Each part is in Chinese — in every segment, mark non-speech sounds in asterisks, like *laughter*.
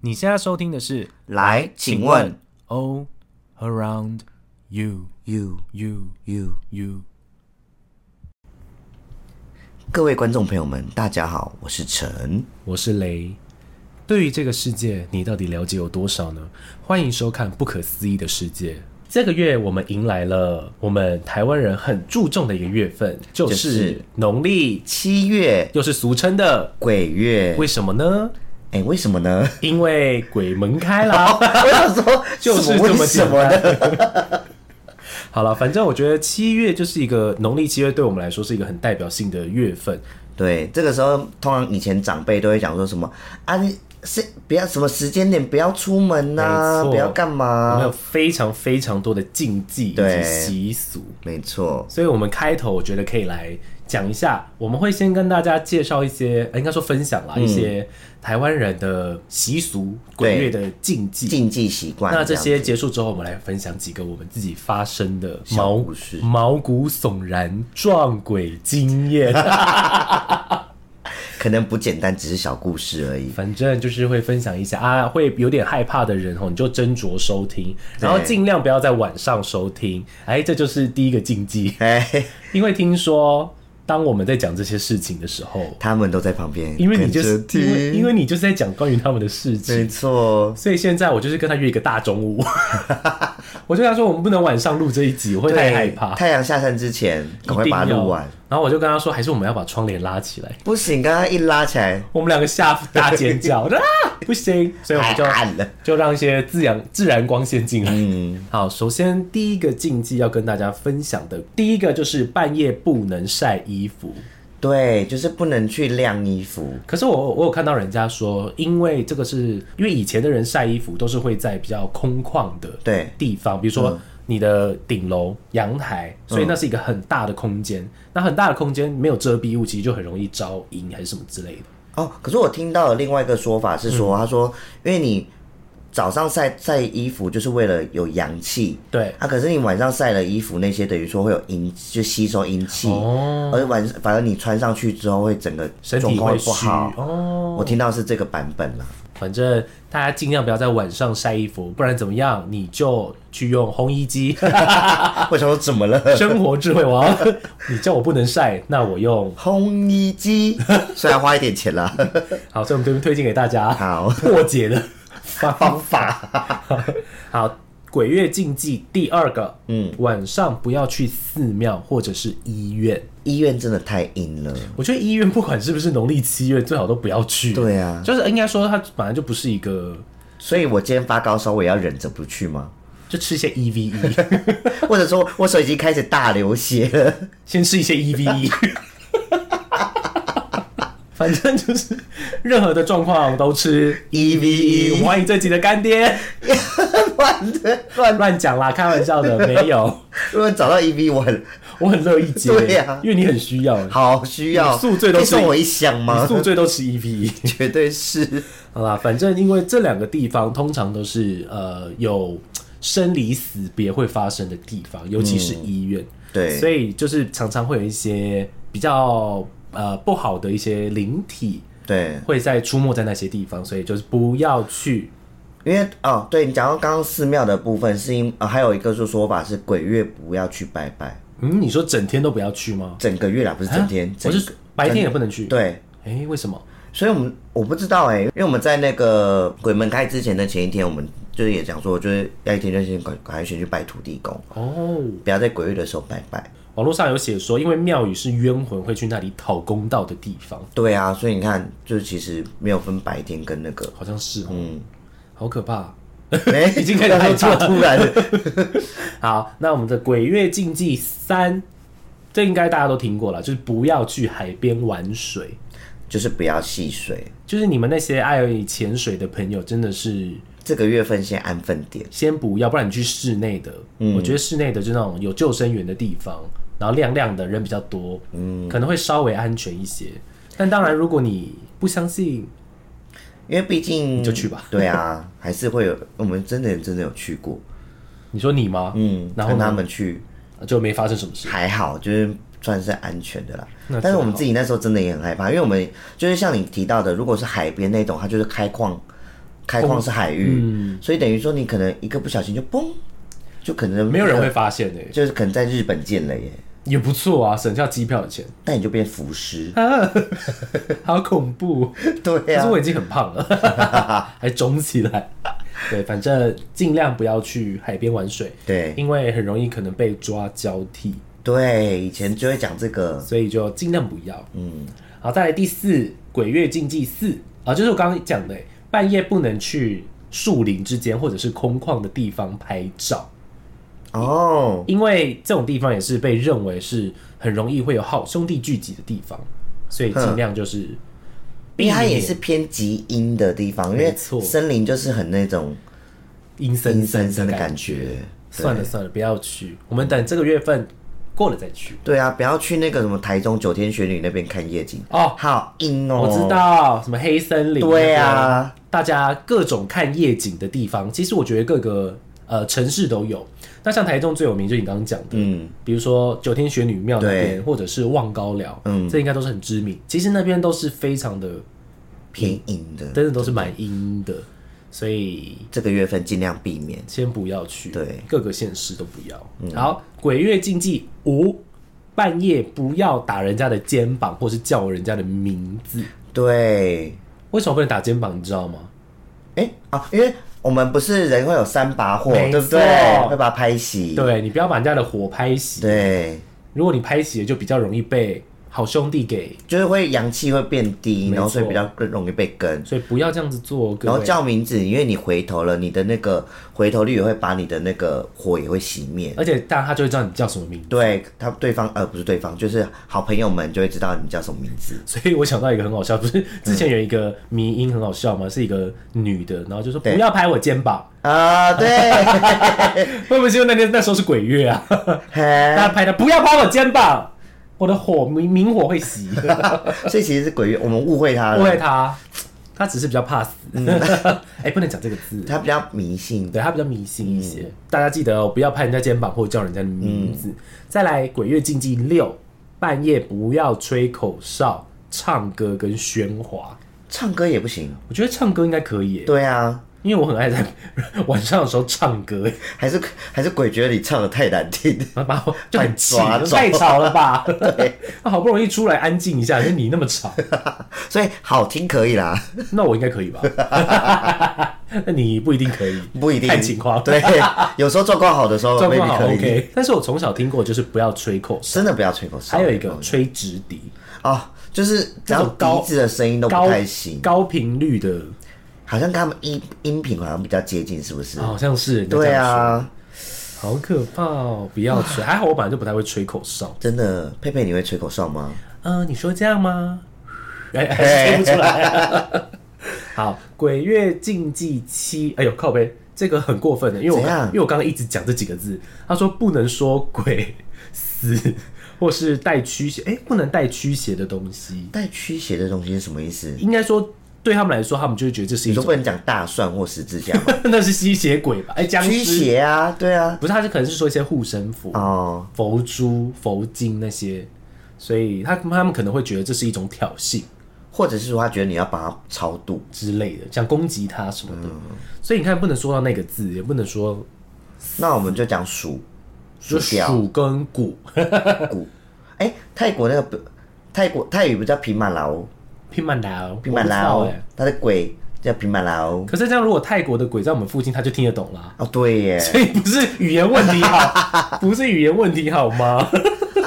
你现在收听的是，来，请问 All Around You you You you， You。各位观众朋友们，大家好，我是陈。我是雷。对于这个世界，你到底了解有多少呢？欢迎收看《不可思议的世界》。这个月我们迎来了我们台湾人很注重的一个月份，就就是是农历，七月又是俗称的。鬼月，为什么呢？哎、为什么呢？因为鬼门开啦。 *laughs* 我想说，就是为这么什简么呢？单。 *laughs* 好了，反正我觉得七月就是一个农历七月，对我们来说是一个很代表性的月份。对，这个时候通常以前长辈都会讲说什么啊，你是不要什么时间点不要出门呐、没错不要干我们有嘛？非常非常多的禁忌以及对习俗，没错，所以我们开头我觉得可以来讲一下，我们会先跟大家介绍一些，呃应该说分享嗯啦，一些台湾人的习俗、鬼月的禁忌。禁忌习惯。那这样些结束之后，我们来分享几个我们自己发生的毛故事毛骨悚然撞鬼经验。 *laughs* 可能不简单，只是小故事而已。 *laughs* 反正就是会分享一下啊，会有点害怕的人吼，你就斟酌收听，然后尽量不要在晚上收听。哎，这就是第一个禁忌， *laughs* 哎、因为听说当我们在讲这些事情的时候，他们都在旁边跟着因听，为你就是因为因为你就是在讲关于他们的事没情，错，所以现在我就是跟他约一个大中午， *laughs* 我就跟他说我们不能晚上录这一集，我会太对害怕，太阳下山之前，赶快一定把它要录完。。然后我就跟他说，还是我们要把窗帘拉起来。不行，刚刚一拉起来， *laughs* 我们两个吓大尖叫， *laughs* 我说啊不行，所以我们就太暗了就让一些自然自然光线进来。嗯好，首先第一个禁忌要跟大家分享的，第一个就是半夜不能晒衣服。对，就是不能去晾衣服。可是我我有看到人家说，因为这个是因为以前的人晒衣服都是会在比较空旷的对嗯地方，比如说你的顶楼、阳台，所以那是一个很大的空间。那很大的空间没有遮蔽物，其实就很容易招阴还是什么之类的。哦，可是我听到了另外一个说法嗯是说，他说，因为你早上晒晒衣服就是为了有阳气，对啊，可是你晚上晒了衣服，那些等于说会有阴，就吸收阴气，哦而晚反而你穿上去之后会整个身状体况会会不虚好。哦。我听到是这个版本啦，反正大家尽量不要在晚上晒衣服，不然怎么样？你就去用烘衣机。 *laughs* 我想说怎么了？生活智慧王，你叫我不能晒，那我用。烘衣机 *laughs* 虽然花一点钱啦， *laughs* 好，所以我们这边推荐给大家好破解的方法。 *laughs* 好，鬼月禁忌第二个，嗯，晚上不要去寺庙或者是医院。医院真的太阴了。我觉得医院不管是不是农历七月，最好都不要去。对啊就是应该说它本来就不是一个，所以我今天发高烧，我也要忍着不去吗？ *laughs* 就吃一些 E EVE，或者说我手已经开始大流血了？先吃一些 EVE。反正就是任何的状况都吃 E EVE E 我们欢迎这集的干爹， *laughs* 乱的乱。乱讲啦，开玩笑的，没 *laughs* 有，如果找到 EV，我很我很乐意接，对啊因为你很需要，你好需要。你宿醉都可以是送我一箱吗？宿醉都吃 EVE。 *laughs* 绝对是。好啦，反正因为这两个地方通常都是呃有生离死别会发生的地方，尤其是医院，嗯对所以就是常常会有一些比较呃不好的一些灵体对，会在出没在那些地方，所以就是不要去。因为哦，对你讲到刚刚寺庙的部分，是因呃还有一个说说法是鬼月不要去拜拜，嗯，你说整天都不要去吗？整个月啦，不是整天啊，我整是个白天也不能去。，对。哎、为什么？所以我们我不知道哎、因为我们在那个鬼门开之前的前一天，我们就是也讲说，就是要一天就先赶赶快先去拜土地公，哦，不要在鬼月的时候拜拜。网络上有写说，因为庙宇是冤魂会去那里讨公道的地方，对啊，所以你看，就是其实没有分白天跟那个，好像是哦，嗯，好可怕。*laughs* 哎、*laughs* 已经开始害怕了突然，好，那我们的鬼月禁忌三，这应该大家都听过了，就是不要去海边玩水。 *laughs* 就是不要戏水。就是你们那些爱潜水的朋友，真的是这个月份先安分点，先不要，不然你去室内的，我觉得室内的就那种有救生员的地方，然后亮亮的人比较多，嗯，可能会稍微安全一些。但当然，如果你不相信，因为毕竟就去吧 *laughs* 对啊，还是会有我们真的真的有去过，你说你吗？嗯嗯，然后跟他呢，们去就没发生什么事。还好，就是算是安全的啦那就好。但是我们自己那时候真的也很害怕，因为我们就是像你提到的，如果是海边那种，它就是开矿开矿是海域，嗯所以等于说你可能一个不小心就嘣，就可能没有人会，发现诶、就是可能在日本见了耶，也不错啊，省下机票的钱，但你就变浮尸， *laughs* 好恐怖。 *laughs* 对啊可啊是，我已经很胖 *laughs* 了，还肿起来。对，反正尽量不要去海边玩水，对因为很容易可能被抓交替，对，以前就会讲这个，所以就尽量不要。嗯，好，再来第四，鬼月禁忌四啊，就是我刚刚讲的，半夜不能去树林之间或者是空旷的地方拍照，嗯哦，因为这种地方也是被认为是很容易会有好兄弟聚集的地方，所以尽量就是避因为它免也是偏极阴的地方，因为没错森林就是很那种阴阴森森森森的的感感觉，对算了算了，不要去，我们等这个月份过了再去。对啊，不要去那个什么台中九天玄女那边看夜景，哦，好阴哦，我知，道什么黑森林，对啊，大家各种看夜景的地方，其实我觉得各个呃城市都有。那像台中最有名，就是你刚刚讲的，嗯，比如说九天玄女庙那对边，或者是望高寮，嗯这应该都是很知名。其实那边都是非常的，偏阴的，真的都是蛮阴的，所以这个月份尽量避免。先不要去，对嗯各个县市都不要。好，鬼月禁忌五，半夜不要打人家的肩膀，或是叫人家的名字。对，为什么不能打肩膀？你知道吗？哎啊，因为我们不是人会有三把火，没对不对错？会把它拍熄。对你不要把人家的火拍熄，对，如果你拍熄了，就比较容易被好兄弟给，就是会阳气会变低，没错然后所以比较更容易被跟。所以不要这样子做哦，各然后位。叫名字，因为你回头了，你的那个回头率也会把你的那个火也会熄灭。而且大家他就会知道你叫什么名字， *laughs* 对他，对方呃不是对方，就是好朋友们就会知道你叫什么名 *laughs* 字。所以我想到一个很好笑，不是之前有一个迷音很好笑吗？是一个女的，然后就说不对要拍我肩膀，啊，对， *laughs* 会不会是因为那天那时候是鬼月啊？嘿大家拍的，不要拍我肩膀，我的火明明火会熄，所以其实是鬼月，我们误会他了，不会他，他只是比较怕死， *laughs* 哎，不能讲这个字，他比较迷信。对他比较迷信一些。大家记得哦，不要拍人家肩膀或叫人家的名字。再来，鬼月禁忌六，半夜不要吹口哨、唱歌跟喧哗。唱歌也不行。我觉得唱歌应该可以耶，对啊，因为我很爱在 *laughs* 晚上的时候唱歌耶，还是还是鬼觉得你唱的太难听。 *laughs* 然后把我就很气把你抓，走太吵了吧？ *laughs* 那好不容易出来安静一下，就你那么吵。所以好听可以啦，那我应该可 *laughs* 以吧？那你不一定可以，不一定看情况。，对，有时候状况好的时候，状况好 maybe 可以 OK。但是我从小听过，就是不要吹口哨，真的不要吹口哨。还有一个吹直笛，哦，就是只要那种高笛子的声音都不高太行，高频率的，好像跟他们音音频好像比较接近，是不是？好像是人家这嗯对样说，啊，好可怕哦！不要吹，还好我本来就不太会吹口哨。真的，佩佩你会吹口哨吗？嗯，你说这样吗？哎，还 *laughs* 是吹不出哎来。 *laughs* 好，鬼月禁忌七，哎呦靠背，这个很过分的，因为我怎样因为我刚刚一直讲这几个字，他说不能说鬼死，或是带驱邪，哎，不能带驱邪的东西，带驱邪的东西是什么意思？应该说对他们来说，他们就会觉得这是一你说种不，能讲大蒜或十字架吗？ *laughs* 那是吸血鬼吧？哎，僵驱尸邪啊，对啊，不是，他是可能是说一些护身符、哦，佛珠、佛经那些，所以他他们可能会觉得这是一种挑衅。或者是说他觉得你要帮他超度，之类的，想攻击他什么嗯的。所以你看，不能说到那个字，也不能说那我们就讲鼠，就鼠标鼠跟骨， *laughs* 骨。哎、泰国那个不泰国泰语不叫平马劳，拼曼 *laughs* 劳，平马劳我不知道欸，它的鬼叫平马劳。可是这样，如果泰国的鬼在我们附近，他就听得懂啦。 *laughs* 哦，对耶，所以不是语言问题 *laughs* 好，不是语言问题好吗？ *laughs*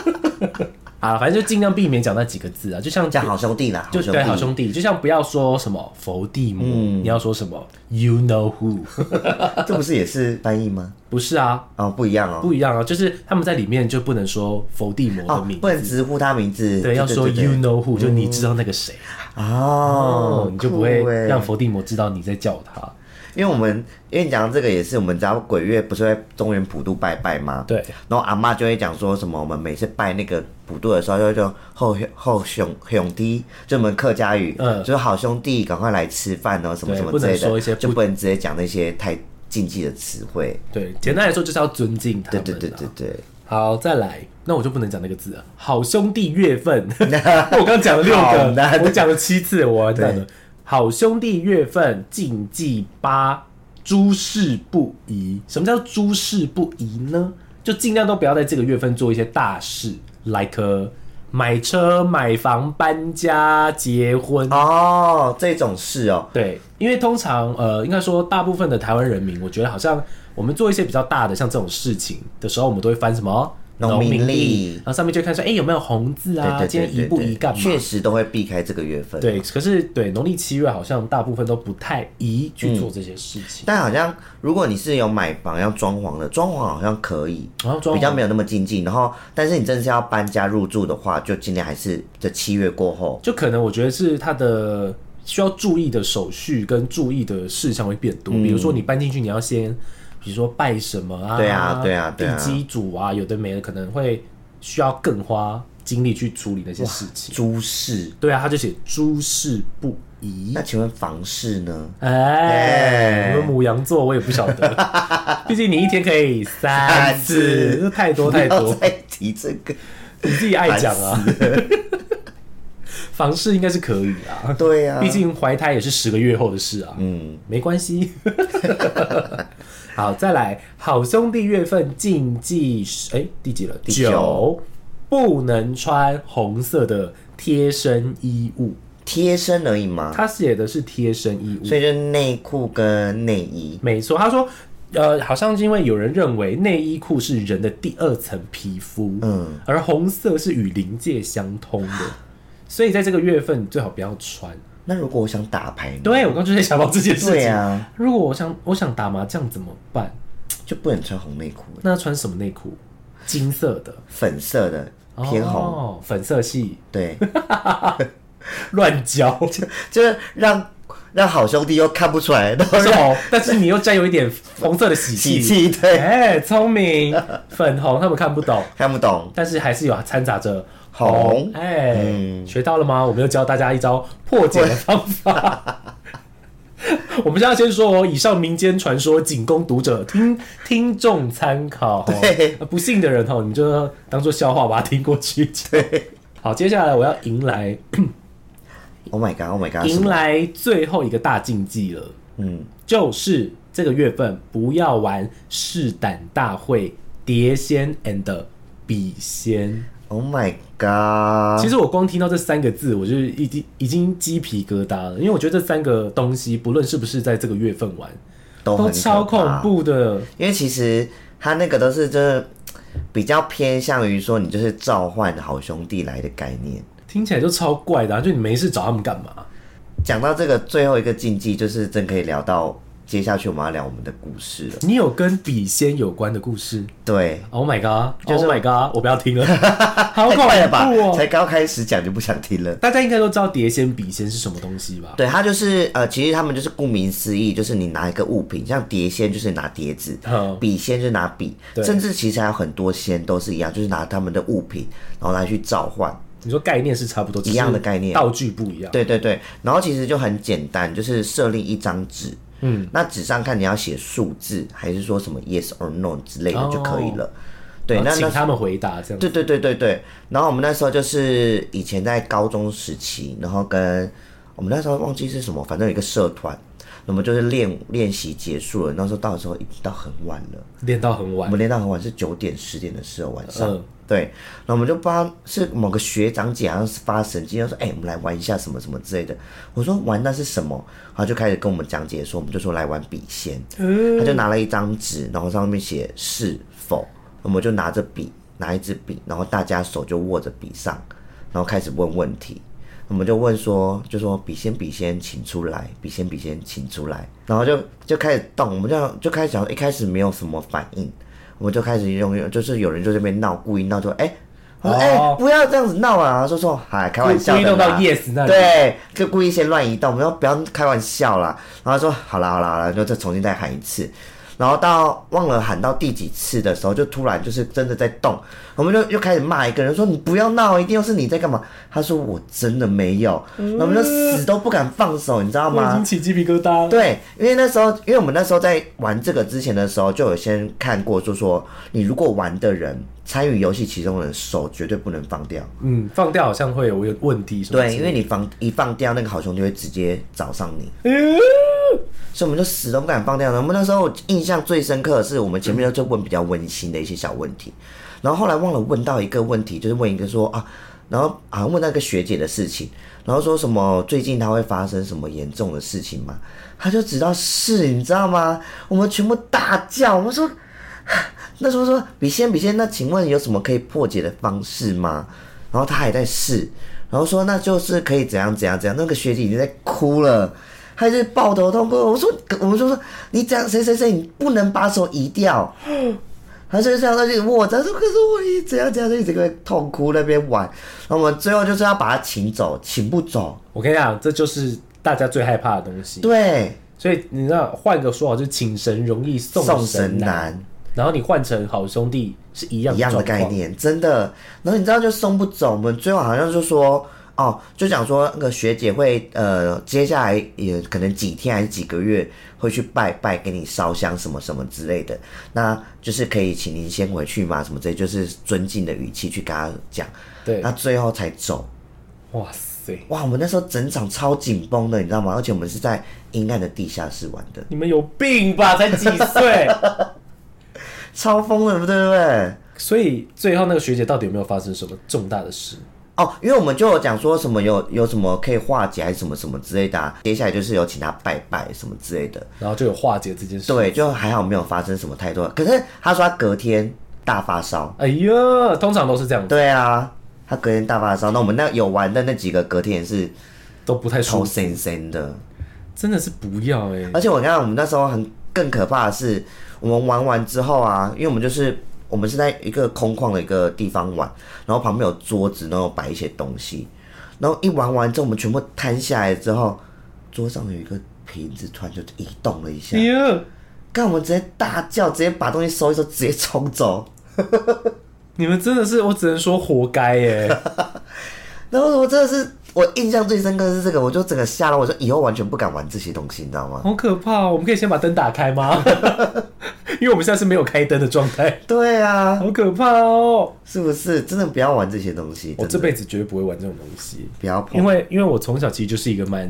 啊，反正就尽量避免讲那几个字啊，就像讲好兄弟啦，就对好好兄弟，嗯兄弟，就像不要说什么佛地魔，你要说什么 you know who， *laughs* 这不是也是翻译吗？不是啊，哦，不一样哦，不一样啊，就是他们在里面就不能说佛地魔的哦名，字，不能直呼他名字，对，要说对对 you know who，就你知道那个谁，哦哦，，你就不会酷欸耶让，佛地魔知道你在叫他。因为我们因为你讲到这个也是，我们只要鬼月不是会中原普渡拜拜吗？对，然后阿妈就会讲说什么，我们每次拜那个普渡的时候，就会说后后兄兄弟，就我们客家语，嗯就是好兄弟，赶快来吃饭哦，什么对什么不之能类的，说一些不就不能直接讲那些太禁忌的词汇。对，简单来说就是要尊敬他对们、啊。对对对对，好，再来，那我就不能讲那个字了。 *laughs* 好兄弟月份，我刚讲了六好个难，我讲了七次，我完蛋了。好兄弟月份禁忌八，诸事不宜。什么叫诸事不宜呢？就尽量都不要在这个月份做一些大事，like 呃买车、买房、搬家、结婚。哦，这种事哦，对，因为通常呃，应该说大部分的台湾人民，我觉得好像我们做一些比较大的像这种事情的时候，我们都会翻什么农民历然后上面就会看说，哎、有没有红字啊？对对对今天对宜不对，宜干嘛？确实都会避开这个月份。，对，可是对农历七月好像大部分都不太宜去嗯做这些事情。但好像如果你是有买房要装潢的，装潢好像可以，然后装比较没有，有那么禁忌。然后，但是你真的是要搬家入住的话，就尽量还是这七月过后。就可能我觉得是它的需要注意的手续跟注意的事项会变多。嗯比如说你搬进去，你要先，比如说拜什么啊，对啊对啊对啊地基主啊，有的没的，可能会需要更花精力去处理那些事情。诸事，对啊，他就写诸事不宜那。请问房事呢？哎，哎我们母羊座我也不晓得， *laughs* 毕竟你一天可以三三次，次这太多 *laughs* 不太要多。再提这个。你自己爱讲啊。 *laughs* 房事应该是可以啊，对呀、毕竟怀胎也是十个月后的事啊，嗯，没关系。 *laughs* 好，再来，好兄弟月份禁忌是，哎、第几了？第九九，不能穿红色的贴身衣物。贴身而已嘛，他写的是贴身衣物，所以就是内裤跟内衣。没错，他说，呃，好像是因为有人认为内衣裤是人的第二层皮肤，嗯嗯，而红色是与灵界相通的，所以在这个月份你最好不要穿。那如果我想打牌呢？对，我刚刚就在想到这件事情。对啊，如果我想我想打麻将怎么办？就不能穿红内裤，那要穿什么内裤？金色的，粉色的偏红。哦、粉色系，对，乱 *laughs* 交就是让让好兄弟又看不出来， *laughs* 然后是让红，但是你又沾有一点红色的喜气。喜气，对，哎，聪明，粉红他们看不懂。看不懂。但是还是有掺杂着红哎、嗯学到了吗？我们又教大家一招破解的方法。 *laughs* 我们现在先说哦，以上民间传说仅供读者听听众参考、哦。对呃不信的人哦，你就当做笑话把它听过去。对，好，接下来我要迎来 Oh my god，Oh my god，什迎么？来最后一个大禁忌了，嗯，就是这个月份不要玩试胆大会、碟仙 and 笔仙。 Oh my god！其实我光听到这三个字，我就已经已经鸡皮疙瘩了，因为我觉得这三个东西，不论是不是在这个月份玩，都很都超可恐怕，怖的。因为其实他那个都是就是比较偏向于说你就是召唤好兄弟来的概念。听起来就超怪的、啊，就你没事找他们干嘛？讲到这个最后一个禁忌，就是真可以聊到接下去我们要聊我们的故事了。你有跟笔仙有关的故事对， ？Oh my god！就是 Oh my god！我不要听 *laughs* 了，好恐太快了吧怖！哦！才刚开始讲就不想听了。大家应该都知道碟仙、笔仙是什么东西吧？对，它就是呃，其实他们就是顾名思义，就是你拿一个物品，像碟仙就是拿碟子嗯，笔仙就是拿笔对，甚至其实还有很多仙都是一样，就是拿他们的物品，然后来去召唤。你说概念是差不多，只是一样的概念道具不一样。对对对，然后其实就很简单，就是设立一张纸，嗯，那纸上看你要写数字，还是说什么 yes or no 之类的就可以了。对，然后那哦请那他们回答这样子。对对对对对。然后我们那时候就是以前在高中时期，然后跟我们那时候忘记是什么，反正有一个社团，我们就是练练习结束了，那时候到的时候已经到很晚了，练到很我晚，们练到很晚是九点十点的时候晚上。嗯对，然后我们就不知道是某个学长姐好像是发神经，就说：“哎、我们来玩一下什么什么之类的。”我说：“玩那是什么？”然后就开始跟我们讲解说，我们就说来玩笔仙。他就拿了一张纸，然后上面写是否，我们就拿着笔，拿一支笔，然后大家手就握着笔上，然后开始问问题。我们就问说，就说笔仙笔仙，请出来，笔仙笔仙，请出来。然后就就开始动，我们就就开始想，一开始没有什么反应，我们就开始用用，就是有人就这边闹，故意闹，就哎。我说：“哎、哦不要这样子闹啊！”说说，哎，开玩笑故的意啦。弄到 yes 那里对，就故意先乱移动，我们说不要开玩笑啦。然后他说：“好啦，好啦，好啦，就再重新再喊一次。”然后到忘了喊到第几次的时候，就突然就是真的在动，我们就又开始骂一个人说你不要闹，一定又是你在干嘛？他说我真的没有，然后我们就死都不敢放手，你知道我已吗经？起鸡皮疙瘩了。对，因为那时候，因为我们那时候在玩这个之前的时候，就有先看过，就说你如果玩的人参与游戏其中的人手绝对不能放掉。嗯，放掉好像会有问题什么之类对，的。因为你放一放掉，那个好兄弟会直接找上你，嗯所以我们就死都不敢放掉。我们那时候印象最深刻的是，我们前面就问比较温馨的一些小问题，然后后来忘了问到一个问题，就是问一个说啊，然后好像问那个学姐的事情，然后说什么最近她会发生什么严重的事情吗？她就知道是，你知道吗？我们全部大叫，我们说。那时候说笔仙笔仙，那请问有什么可以破解的方式吗？然后他还在试，然后说那就是可以怎样怎样怎样。那个学姐已经在哭了，她就是抱头痛哭。我说我们就说你怎样谁谁谁，你不能把手移掉。他就这样，他就握着，她说可是我一怎样怎样，就一直在痛哭那边玩。然后我们最后就是要把他请走，请不走。我跟你讲，这就是大家最害怕的东西。对，所以你知道，换个说法就是请神容易送送神神难。难。然后你换成好兄弟是一样一样的状况概。念，真的。然后你知道就送不走，我们最后好像就说哦，就讲说那个学姐会呃，接下来也可能几天还是几个月会去拜拜，给你烧香什么什么之类的。那就是可以请您先回去嘛，什么之类，就是尊敬的语气去跟他讲。对那，最后才走。哇塞，哇，我们那时候整场超紧绷的，你知道吗？而且我们是在阴暗的地下室玩的，你们有病吧？才几岁？ *laughs* 超疯的，对不对？所以最后那个学姐到底有没有发生什么重大的事？哦，因为我们就有讲说什么有有什么可以化解还是什么什么之类的、啊，接下来就是有请他拜拜什么之类的，然后就有化解这件事。，对，就还好没有发生什么太多。可是他说他隔天大发烧，哎呀，通常都是这样，对啊，他隔天大发烧，那我们那有玩的那几个隔天也是都不太头舒服，森森的，真的是不要 *laughs* 哎、而且我看我们那时候很更可怕的是，我们玩完之后啊，因为我们就是我们是在一个空旷的一个地方玩，然后旁边有桌子，然后摆一些东西，然后一玩完之后，我们全部摊下来之后，桌上有一个瓶子突然就移动了一下哎，呀，看我们直接大叫，直接把东西收一收，直接冲走。你们真的是，我只能说活该哎、 *laughs* 然后我真的是我印象最深刻的是这个，我就整个吓到，我说以后完全不敢玩这些东西，你知道吗？好可怕、哦。我们可以先把灯打开吗？ *laughs* 因为我们现在是没有开灯的状态，对啊，好可怕哦。是不是真的不要玩这些东西？我真这的辈子绝对不会玩这种东西，不要因碰，为因为我从小其实就是一个蛮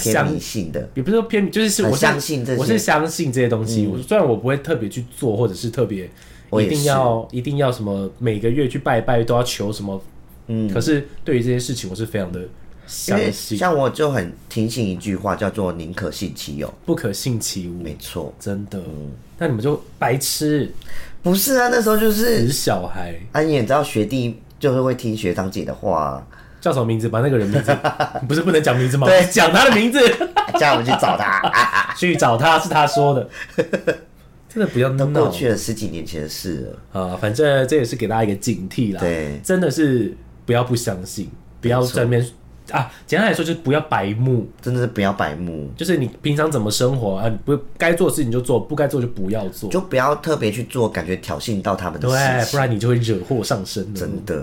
偏相迷信的。也不是说偏，就是是很我是相信这些嗯我是相信这些东西。我虽然我不会特别去做，或者是特别我一也定是要一定要什么每个月去拜拜都要求什么，嗯，可是对于这些事情我是非常的因相为信，像我就很听信一句话，叫做“宁可信其有不可信其”，无，没嗯错，真的。那你们就白痴不是啊，那时候就是死小孩，啊，你也知道学弟就是会听学长姐的话、啊叫什么名字？把那个人名字 *laughs* 不是不能讲名字吗？对讲他的名字，啊， *laughs* 叫我们去找他。啊去找他是他说的， *laughs* 真的哦不要闹。过去了十几年前的事了，啊，反正这也是给大家一个警惕啦。对真的是不要不相信，不要在那边啊。简单来说，就是不要白目，真的是不要白目，就是你平常怎么生活啊，你不该做的事情就做，不该做就不要做。就不要特别去做感觉挑衅到他们的对事，情。不然你就会惹祸上身的。真的，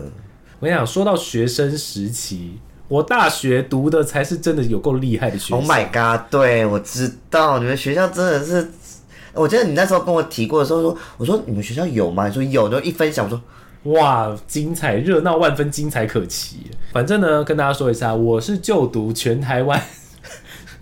我跟你讲，说到学生时期，我大学读的才是真的有够厉害的学 Oh 生。 my god！对，我知道你们学校真的是，我记得你那时候跟我提过的时候说，我说你们学校有吗？你说有，然后一分享，我说哇，精彩热闹万分，精彩可期。反正呢，跟大家说一下，我是就读全台湾， *laughs*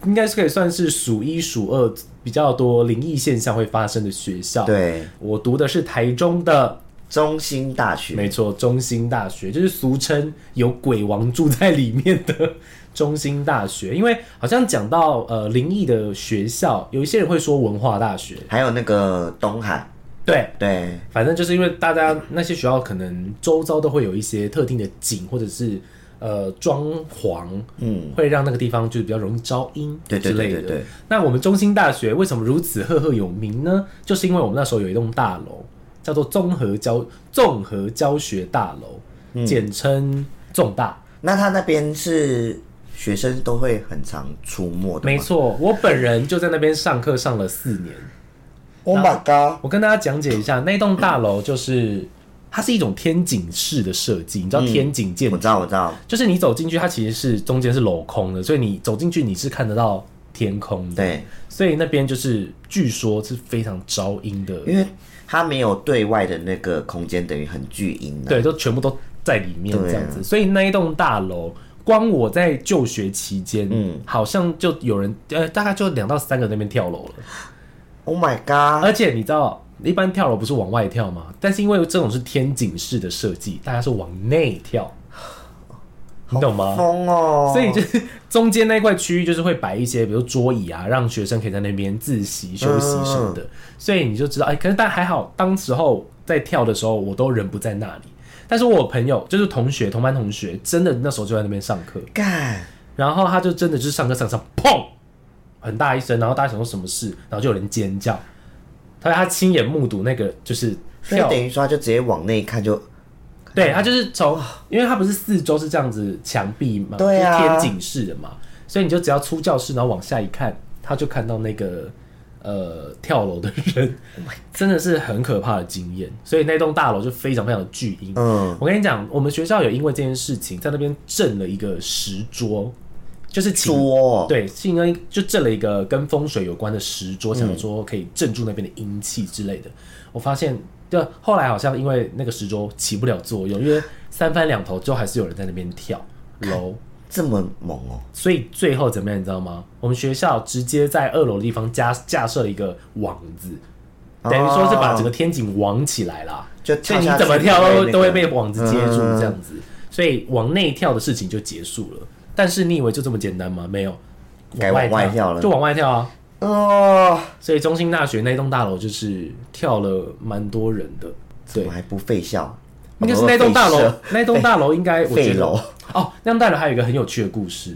应该是可以算是数一数二比较多灵异现象会发生的学校。，对，我读的是台中的，中兴大学没错，中兴大学，就是俗称有鬼王住在里面的中兴大学。因为好像讲到呃灵异的学校，有一些人会说文化大学，还有那个东海，对，对，反正就是因为大家那些学校可能周遭都会有一些特定的景或者是呃装潢，嗯，会让那个地方就是比较容易招阴之对类的。对对对对那我们中兴大学为什么如此赫赫有名呢？就是因为我们那时候有一栋大楼叫做综合教综合教学大楼，嗯简称综大。那他那边是学生都会很常出没的吗，没错，我本人就在那边上课上了四年。 Oh my god！我跟大家讲解一下，那栋大楼就是它是一种天井式的设计，嗯你知道天井建我筑，知道，我知道，就是你走进去，它其实是中间是镂空的，所以你走进去你是看得到天空的。对，所以那边就是据说是非常招阴的，因为它没有对外的那个空间，等于很巨婴、啊。对，都全部都在里面对啊这样子。所以那一栋大楼，光我在就学期间，嗯，好像就有人呃，大概就两到三个在那边跳楼了。 ，Oh my god！而且你知道，一般跳楼不是往外跳吗？但是因为这种是天井式的设计，大家是往内跳，哦你懂吗？疯哦！所以就是中间那块区域，就是会摆一些，比如桌椅啊，让学生可以在那边自习、休息什么的。所以你就知道，哎、可是但还好，当时候在跳的时候，我都人不在那里。但是我有朋友就是同学，同班同学，真的那时候就在那边上课，干，然后他就真的就是上课上上，砰，很大一声，然后大家想说什么事，然后就有人尖叫。他他亲眼目睹那个就是所以跳等于说他就直接往内看就，对，它就是从，因为它不是四周是这样子墙壁嘛，对啊就是天井式的嘛，所以你就只要出教室，然后往下一看，他就看到那个呃跳楼的人，，Oh *laughs* 真的是很可怕的经验。所以那栋大楼就非常非常的巨婴。嗯，我跟你讲，我们学校有因为这件事情在那边震了一个石桌，就是请桌哦，对，是应该就震了一个跟风水有关的石桌，想说可以镇住那边的阴气之类的。我发现，就后来好像因为那个石桌起不了作用，因为三番两头就还是有人在那边跳楼，这么猛哦，所以最后怎么样，你知道吗？我们学校直接在二楼的地方架架设了一个网子，等于说是把整个天井网起来啦。就所跳以你下去怎么跳那都个都会被网子接住嗯这样子，所以往内跳的事情就结束了。但是你以为就这么简单吗？没有，该往外跳了就往外跳啊！哦，所以中兴大学那栋大楼就是跳了蛮多人的，对我，还不费笑，应该是那栋大我楼们会，那栋大楼应该我觉废得楼哦，那栋大楼还有一个很有趣的故事，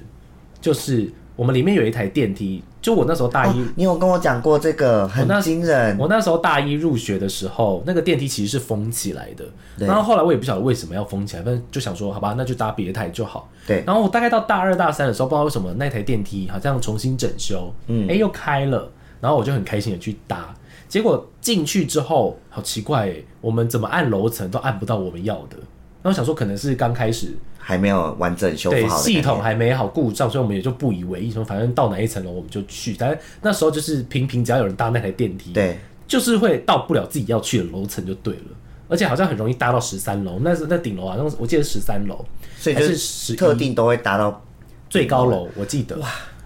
就是我们里面有一台电梯，就我那时候大费一社。你有跟我讲过这个，很哦那惊人，我那时候大一入学的时候，那个电梯其实是封起来的。对然后后来我也不晓得为什么要封起来，反正就想说，好吧，那就搭别台就好。对然后我大概到大二大三的时候，不知道为什么那台电梯好像重新整修，嗯，哎又开了，然后我就很开心的去搭。结果进去之后，好奇怪、欸，我们怎么按楼层都按不到我们要的。然后想说可能是刚开始还没有完整修对复好的系感觉统还没好故障，所以我们也就不以为意，说反正到哪一层楼我们就去。但那时候就是频频只要有人搭那台电梯，对，就是会到不了自己要去的楼层就对了，而且好像很容易搭到十三楼，那是那顶楼好像是我记得十三楼，所以还就是十是特定都会达到最高楼，我记得，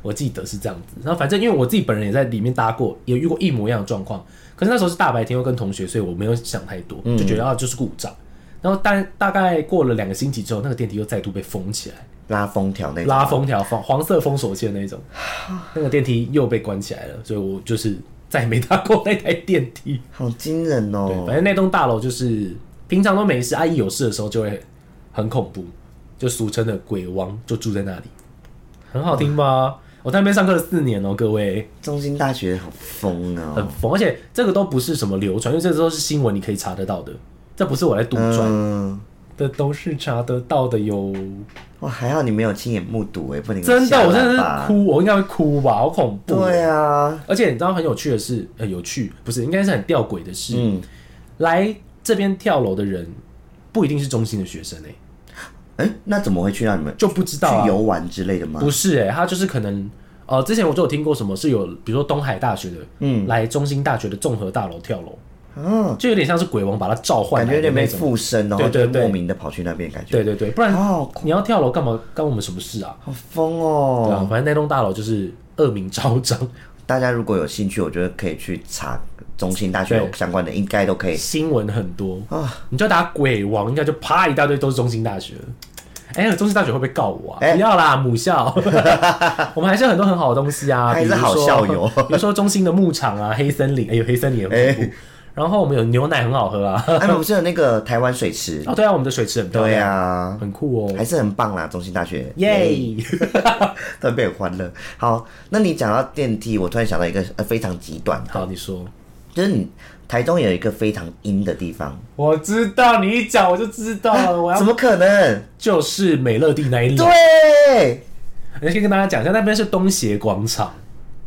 我记得是这样子。然后反正因为我自己本人也在里面搭过，也遇过一模一样的状况，可是那时候是大白天又跟同学，所以我没有想太多，就觉得啊就是故障。然后大大概过了两个星期之后，那个电梯又再度被封起来，拉封条那种拉封条黄黄色封锁线那一种，那个电梯又被关起来了，所以我就是再也没搭过那台电梯。好惊人对，哦！反正那栋大楼就是平常都没事，阿姨有事的时候就会很恐怖，就俗称的鬼王，就住在那里，很好听吧？我在那边上课了四年哦，各位，中心大学好疯很哦，疯，而且这个都不是什么流传，因为这都是新闻，你可以查得到的，这不是我来杜撰嗯，的，都是查得到的哟。哇，还好你没有亲眼目睹哎，不然你真的，吓烂我真的吧是。哭，我应该会哭吧，好恐怖。对啊，而且你知道很有趣的是，呃，有趣不是，应该是很吊诡的是，嗯来这边跳楼的人不一定是中心的学生诶、哎，那怎么会去让你们就不知道、啊去。游玩之类的吗？不是哎、他就是可能呃，之前我就有听过什么是有，比如说东海大学的，嗯，来中心大学的综合大楼跳楼，嗯，就有点像是鬼王把他召唤感来觉的有点那被种。哦附身，然后对对就对莫名的跑去那边，感觉对对对，不然好恐你要跳楼干嘛？干我们什么事啊？好疯对啊哦！，反正那栋大楼就是恶名昭彰，大家如果有兴趣，我觉得可以去查中心大学有相关的，应该都可以。 *laughs* 新闻很多你就打鬼王，应该就啪一大堆都是中心大学。哎、中心大学会不会告我啊？哎不要啦，母 *laughs* 校，我们还是有很多很好的东西啊，还比是如好说校友比如说中心的牧场啊，黑森林，哎、呦，黑森林也很恐怖。然后我们有牛奶很好喝啊，哎，不是有那个台湾水池？哦，对啊，我们的水池很漂亮，对啊，很酷哦，还是很棒啦，中心大学，耶、 *laughs* 特别欢乐。好，那你讲到电梯，我突然想到一个呃非常极端，好，你说，就是你台中有一个非常阴的地方，我知道你一讲我就知道了，我怎要么可能？就是美乐蒂那一楼，对，而且跟大家讲一下，那边是东协广场。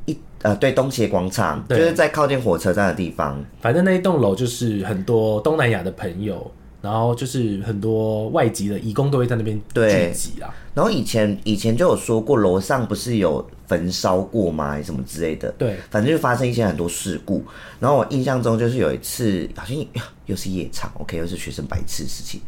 一呃，对，东协广场就对是在靠近火车站的地方。反正那一栋楼就是很多东南亚的朋友，然后就是很多外籍的义工都会在那边对聚集啊。然后以前以前就有说过，楼上不是有焚烧过吗？还是什么之类的？对，反正就发生一些很多事故。然后我印象中就是有 *sighs* 一次，好像又又是夜场，OK，又是学生白痴事情。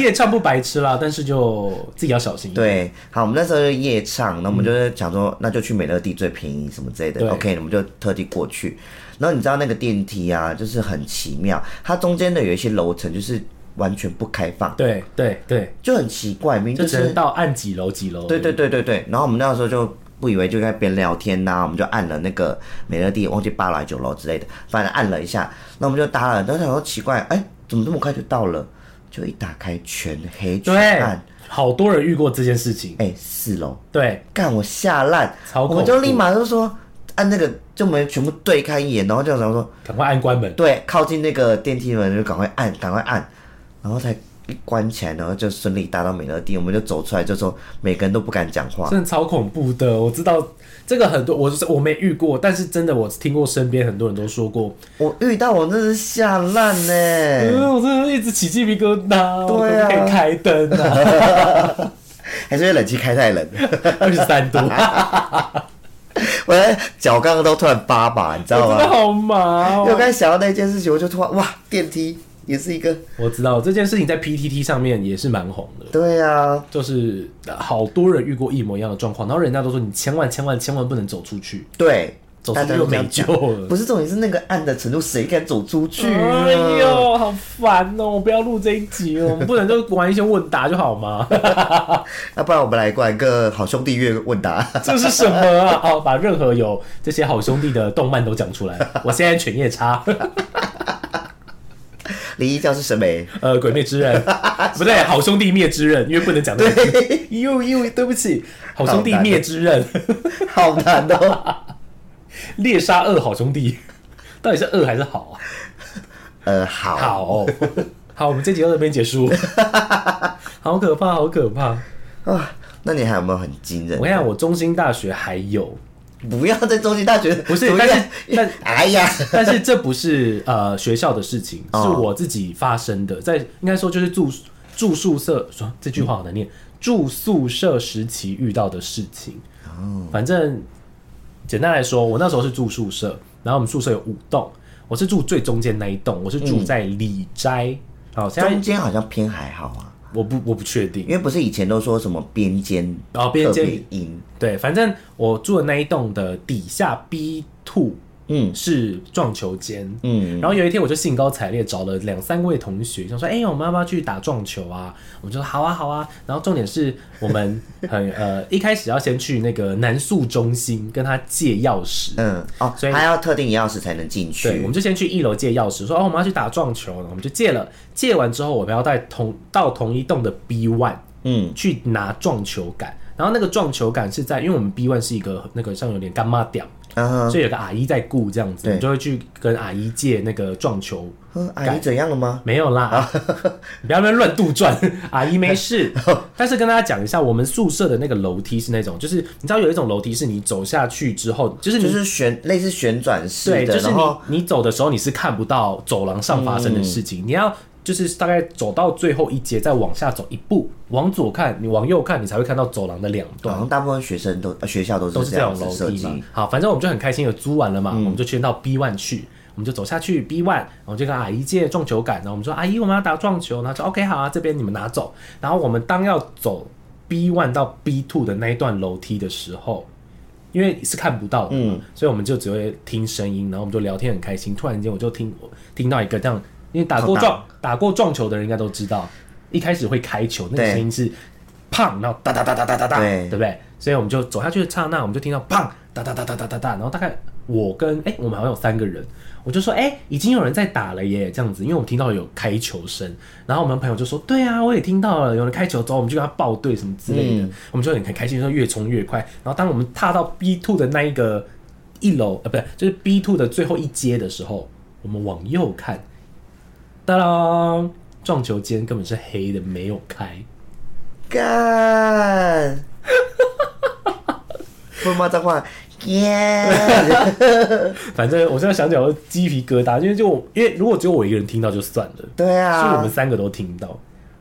夜唱不白痴啦，但是就自己要小心一点。对，好，我们那时候就夜唱，那我们就是想说，那就去美乐蒂最便宜什么之类对的。OK，我们就特地过去。然后你知道那个电梯啊，就是很奇妙，它中间的有一些楼层就是完全不开放，对对对，就很奇怪，明明就就只是能到按几楼几楼。对对对对对。然后我们那时候就不以为就在边聊天呐、我们就按了那个美乐蒂，忘记八楼还是九楼之类的，反正按了一下，那我们就搭了。但是想说奇怪，哎，怎么这么快就到了？就一打开全黑全对暗，，好多人遇过这件事情。哎，四楼。对，干我吓烂，超恐我怖就立马就说按那个，就门全部对看一眼，然后就想说赶快按关门。对，靠近那个电梯门就赶快按，赶快按，然后才一关起来，然后就顺利搭到美乐蒂，我们就走出来就说每个人都不敢讲话，真的超恐怖的，我知道这个很多，我是我没遇过，但是真的我听过身边很多人都说过，我遇到我真是吓烂呢、嗯、我真的一直起鸡皮疙瘩，我哎对啊可不可以开灯啊，还是因为冷气开太冷， *laughs* 二十三度，我的脚刚刚都突然八把，你知道我真的吗？好麻、因为我刚哦。才想到那件事情，我就突然哇，电梯也是一个，我知道这件事情在 PTT 上面也是蛮红的，对啊，就是呃好多人遇过一模一样的状况，然后人家都说你千万千万千万不能走出去，对。走大出家去都就这没样救讲了。不是重点是那个暗的程度，谁敢走出去、啊？哎呦，好烦哦！我不要录这一集哦，我们不能就玩一些问答就好吗？要、不然我们来玩个好兄弟月问答。 *laughs* *laughs* 这是什么啊？哦，把任何有这些好兄弟的动漫都讲 *laughs* 出来。我现在犬夜 *laughs* 叉，林一教是审美，呃，鬼灭之 *laughs* 刃，不对，好兄弟灭之刃，因为不能讲啊 *laughs* 对，又又对不起，好兄弟灭之刃，好 *laughs* 难哦。猎杀二好兄弟， *laughs* 到底是二还是好啊？呃，好，好、好，我们这集到这边结 *laughs* 束，好可怕，好可怕！啊，那你还有没有很惊人我？看我中兴大学还有，不要在中心大学，不是怎么样但是哎呀， *laughs* 但是这不是呃学校的事情，是哦我自己发生的，在应该说就是住住宿舍，说这句话好难念，住宿舍时期遇到的事情。哦反正简单来说，我那时候是住宿舍，然后我们宿舍有五栋，我是住最中间那一栋，我是住在里斋。好，现嗯中在间好像偏还好啊，我不我不确定因，为不是以前都说什么边间哦边间特别阴，对，反正我住的那一栋的底下 B two 嗯是撞球间，嗯，然后有一天我就兴高采烈找了两三位同学，想说：“哎、我们要不要去打撞球啊？”我们就说：“好啊，好啊。”然后重点是我们很呃一开始要先去那个南宿中心跟他借钥匙，嗯哦，所以他要特定钥匙才能进对，我去们，就先去一楼借钥匙，说：“哦，我们要去打撞球。”然后我们就借了，借完之后我们要在同到同一栋的 B one 嗯去拿撞球杆，然后那个撞球杆是在因为我们 B one 是一个那个像有点干妈点，啊，所以有个阿姨在顾这样子，我对们就会去跟阿姨借那个撞球嗯阿姨怎样了吗？没有啊啦，你 *laughs* 不要在那边乱杜 *laughs* 撰，阿姨没事。但是跟大家讲一下，我们宿舍的那个楼梯是那种，就是你知道有一种楼梯是你走下去之后，就是你、就是旋类似旋转式对，的，就是然后你你走的时候你是看不到走廊上发生的事嗯情，你要就是大概走到最后一节再往下走一步，往左看，你往右看，你才会看到走廊的两好端。像大部分学生都、呃学校都都是是这这样种子楼设梯嘛计。。嗯好，反正我们就很开心的租完了嘛，我们就先到 B one 去，我们就走下去 B one，然后就跟阿姨借撞球杆，然后我们说阿姨我们要打撞球，然后她说 OK 好啊，这边你们拿走。然后我们当要走 B one 到 B two 的那一段楼梯的时候。因为是看不到的嗯嘛，所以我们就只会听声音，然后我们就聊天很开心。突然间，我就听我听到一个这样，因为打过好撞打过撞球的人应该都知道，一开始会开球，那个对声音是胖，然后哒哒哒哒哒哒哒，对对不对？所以我们就走下去的刹那，我们就听到砰哒哒哒哒哒哒哒，然后大概我跟哎、我们好像有三个人，我就说哎、已经有人在打了耶，这样子，因为我们听到有开球声，然后我们朋友就说对啊，我也听到了有人开球之后，我们就跟他报队什么之类的，我们就很很开心，说越冲越快。然后当我们踏到 B two 的那一个一楼，呃，不是，就是 B two 的最后一阶的时候，我们往右看，当当，撞球间根本是黑的，没有开。 *laughs* 干，不骂脏话， *laughs* 耶！反正我现在想起来我鸡皮疙瘩，因为就我因为如果只有我一个人听到就算了，对啊所以我们三个都听到，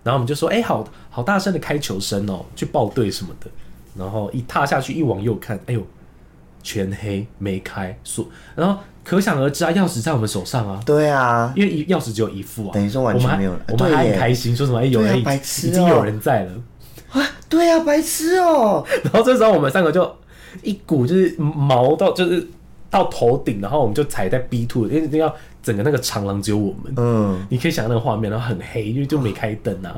然后我们就说，哎、好好大声的开球声哦，去报队什么的，然后一踏下去一往右看，哎呦，全黑没开锁，然后可想而知啊，钥匙在我们手上啊。对啊，因为一钥匙只有一副啊，等于说完全我们还没有了我们还对耶很开心，说什么哎有对啊人已、白痴哦已经有人在了，对啊，白痴哦、 *laughs* 然后这时候我们三个就一股就是毛到就是到头顶，然后我们就踩在 B two，因为一定要整个那个长廊只有我们，嗯，你可以想象那个画面，然后很黑，因为就没开灯啊，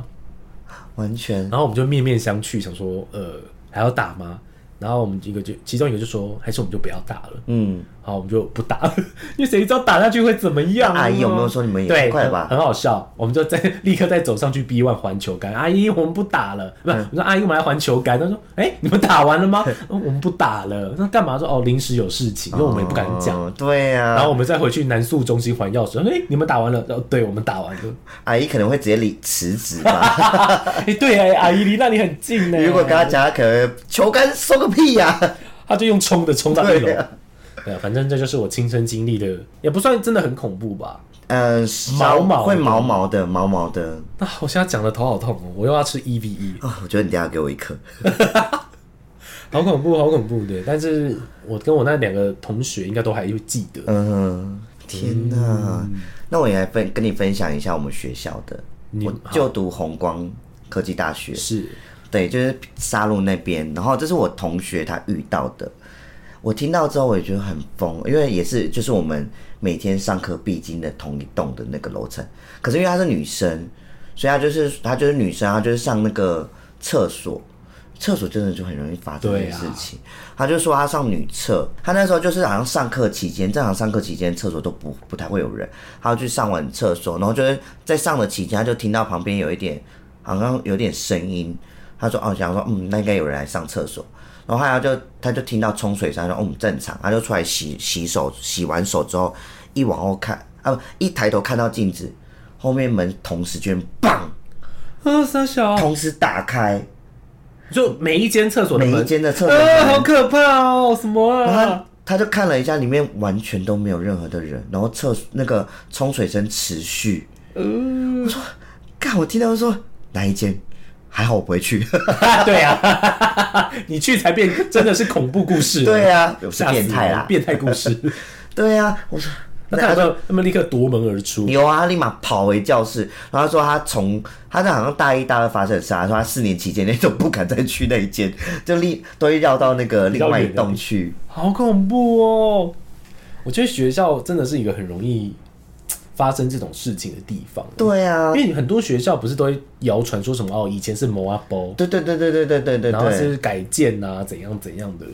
完全然后我们就面面相觑，想说呃还要打吗？然后我们一个就其中一个就说还是我们就不要打了，嗯，好我们就不打 *laughs* 了，因为谁知道打下去会怎么样、啊？阿姨有没有说你们也对，太快了很吧？好笑，我们就在 *laughs* 立刻再走上去 B one 还球杆，阿姨我们不打了，不是，嗯我说阿姨我们来还球杆，她说哎、你们打完了吗？哦我们不打了，那干嘛说哦临时有事情，因为我们也不敢讲。哦对啊，然后我们再回去南宿中心还钥匙，哎、你们打完了？哦，对，我们打完了。 *laughs* 阿姨可能会直接离辞职吧。哎、对哎、阿姨离那里很近呢、如果跟他讲，他可能球杆收个屁呀、 *laughs* 他就用冲的冲到一楼。对对啊啊，反正这就是我亲身经历的，也不算真的很恐怖吧。嗯，毛稍毛的会毛毛的，毛毛的。啊，我现在讲的头好痛哦，我又要吃 E V E。哦，我觉得你等一下给我一颗。好恐怖，好恐怖，对。但是我跟我那两个同学应该都还会记得。嗯哼，嗯天哪！那我也来分跟你分享一下我们学校的。你我就读红光科技大学，是，对，就是沙鹿那边。然后这是我同学他遇到的，我听到之后我也觉得很疯，因为也是就是我们每天上课必经的同一栋的那个楼层。可是因为她是女生，所以她就是她就是女生，她就是上那个厕所。厕所真的就很容易发生这对件啊事情，她就说她上女厕，她那时候就是好像上课期间，正常上课期间厕所都不不太会有人，她就去上完厕所，然后就是在上的期间，她就听到旁边有一点好像有点声音，她说哦，想说嗯，那应该有人来上厕所，然后后来他就他就听到冲水声，他说嗯正常，他就出来洗洗手，洗完手之后一往后看啊，不一抬头看到镜子，后面门同时居然砰啊，三小，同时打开，就每一间厕所的每一门，间的厕所啊，好门，可怕哦，什么然后他啊？他就看了一下，里面完全都没有任何的人，然后厕那个冲水声持续，嗯，干我听到说哪一间，还好我不会去，对啊， *laughs* 你去才变，真的是恐怖故事。 *laughs* *laughs* 对啊，啊，是吓死变态人啦，变态故事。 *laughs* 对啊，我说那他有没有他们立刻夺门而出？有啊，他立马跑回教室，然后他说他从他那好像大一大二发生的事啊，他说他四年期间那都不敢再去那一间，就立都会绕到那个另外一 *laughs* 栋去。好恐怖哦！我觉得学校真的是一个很容易发生这种事情的地方。对啊因，为你很多学校不是都会谣传说什么哦，以前是摩阿包，对对对对对对对对然后对。是改建啊，怎样怎样的。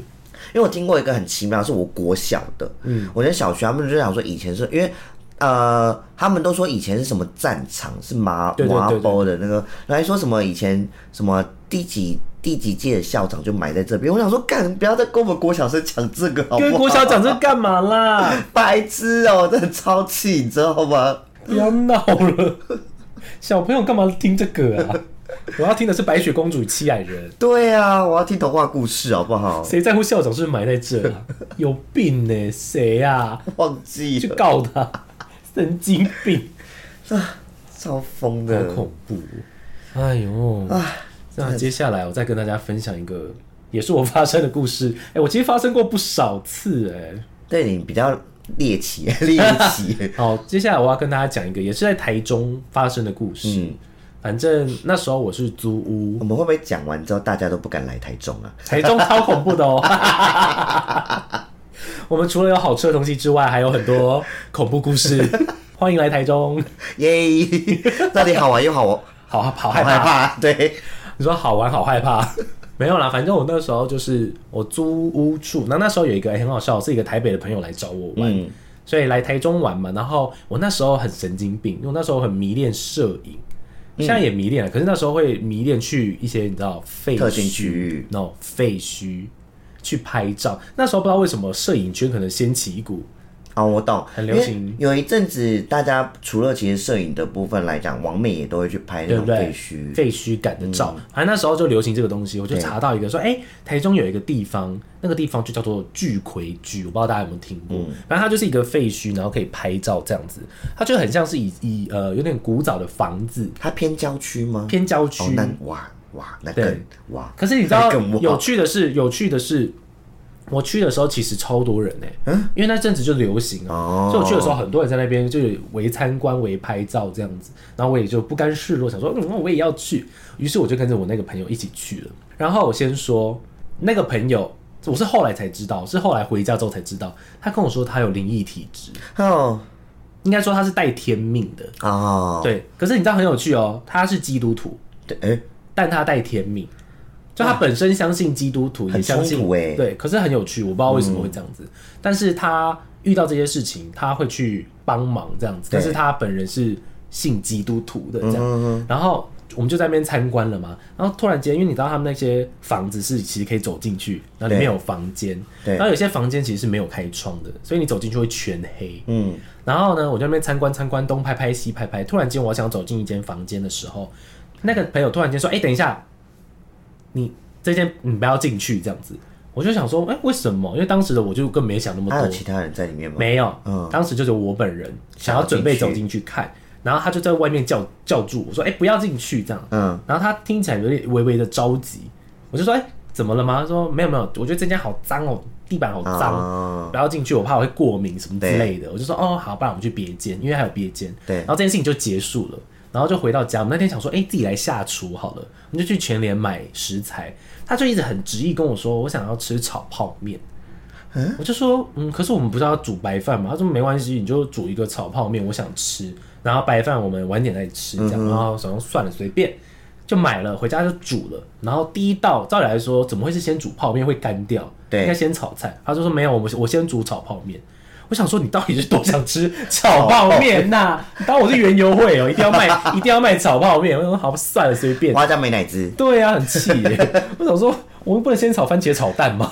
因为我听过一个很奇妙，是我国小的，嗯，我在小学他们就想说以前是因为。呃，他们都说以前是什么战场是麻对对麻对对包的那个，然后还说什么以前什么第几第几届的校长就埋在这边，我想说干，不要再跟我们国小生讲这哦个好不好？跟国小讲这干嘛啦？白痴哦、真的超气，你知道吗？不要闹了，小朋友干嘛听这个啊？我要听的是《白雪公主与七矮人》，对啊，我要听童话故事好不 *laughs* 好？谁在乎校长是不是埋在这啊？有病呢、谁啊？忘记去了，告他，神经病，超疯好的，恐怖！哎呦，那接下来我再跟大家分享一个，也是我发生的故事。哎、我其实发生过不少次、哎。对你比较猎奇， *laughs* 猎奇，好，接下来我要跟大家讲一个也是在台中发生的故事。反正那时候我是租屋我，们会不会讲完之后大家都不敢来台中啊？台中超恐怖的哦。 *laughs* 我们除了有好吃的东西之外，还有很多恐怖故事。欢迎来台中，耶， *laughs* 那里好玩又好玩，好好好害害怕。怕，对，你说好玩好害怕？ *laughs* 没有啦，反正我那时候就是我租屋处，那那时候有一个、哎很好笑，是一个台北的朋友来找我玩，嗯所以来台中玩嘛。然后我那时候很神经病，因为我那时候很迷恋摄影，现嗯在也迷恋了，可是那时候会迷恋去一些你知道废特定区域墟，那种废墟去拍照。那时候不知道为什么摄影圈可能掀起一股哦，我懂，很流行因为有一阵子，大家除了其实摄影的部分来讲，王美也都会去拍那对种不对？废墟。废墟感的照，反正那时候就流行这个东西。我就查到一个说，哎、台中有一个地方，那个地方就叫做巨葵居，我不知道大家有没有听过。反正它就是一个废墟，然后可以拍照这样子，它就很像是以以呃有点古早的房子，它偏郊区吗？偏郊区。哦，那哇哇，那对更哇，可是你知道那更哇有趣的是，有趣的是，我去的时候其实超多人呢、因为那阵子就流行啊，嗯哦所以我去的时候很多人在那边就有围参观、围拍照这样子，然后我也就不甘示弱，想说嗯，那我也要去，于是我就跟着我那个朋友一起去了。然后我先说那个朋友。我是后来才知道，是后来回家之后才知道，他跟我说他有灵异体质，哦应该说他是带天命的。哦，对，可是你知道很有趣哦，他是基督徒，对，哎，但他带天命，就他本身相信基督徒，很也相信冲突欸嗯对，可是很有趣，我不知道为什么会这样子。但是他遇到这些事情，他会去帮忙这样子，对但是他本人是信基督徒的这嗯样。然后我们就在那边参观了嘛，然后突然间，因为你知道他们那些房子是其实可以走进去，然后里面对有房间，对然后有些房间其实是没有开窗的，所以你走进去会全黑。嗯，然后呢，我就在那边参观参观，东拍拍西拍拍。突然间，我想走进一间房间的时候，那个朋友突然间说：“哎、等一下，你这间你不要进去。”这样子，我就想说：“哎、为什么？”因为当时的我就更没想那么还有多，其他人在里面吗？没有，嗯当时就是我本人想要准备走进去看，然后他就在外面叫叫住我说：“哎、不要进去。”这样，嗯，然后他听起来有点微微的着急，我就说：“哎、怎么了吗？”他说：“没有没有，我觉得这间好脏哦，地板好脏。哦不要进去，我怕我会过敏什么之类的。我就说哦，好，不然我们去别间，因为还有别间。对然后这件事情就结束了，然后就回到家。我们那天想说，哎、自己来下厨好了，我们就去全联买食材。他就一直很执意跟我说，我想要吃炒泡面。我就说，嗯，可是我们不是要煮白饭吗？他说没关系，你就煮一个炒泡面，我想吃，然后白饭我们晚点再吃，这样。然后想说算了，随便就买了，回家就煮了。然后第一道，照理来说，怎么会是先煮泡面会干掉？对应该先炒菜。他就说没有，我们我先煮炒泡面。我想说，你到底是多想 *laughs* 吃炒泡面呐、你当我是园游会哦，一定要卖，一定要卖炒泡面。我想说，好，算了，随便。花椒美乃滋，对啊，很气 *laughs* 耶！我想说，我们不能先炒番茄炒蛋吗？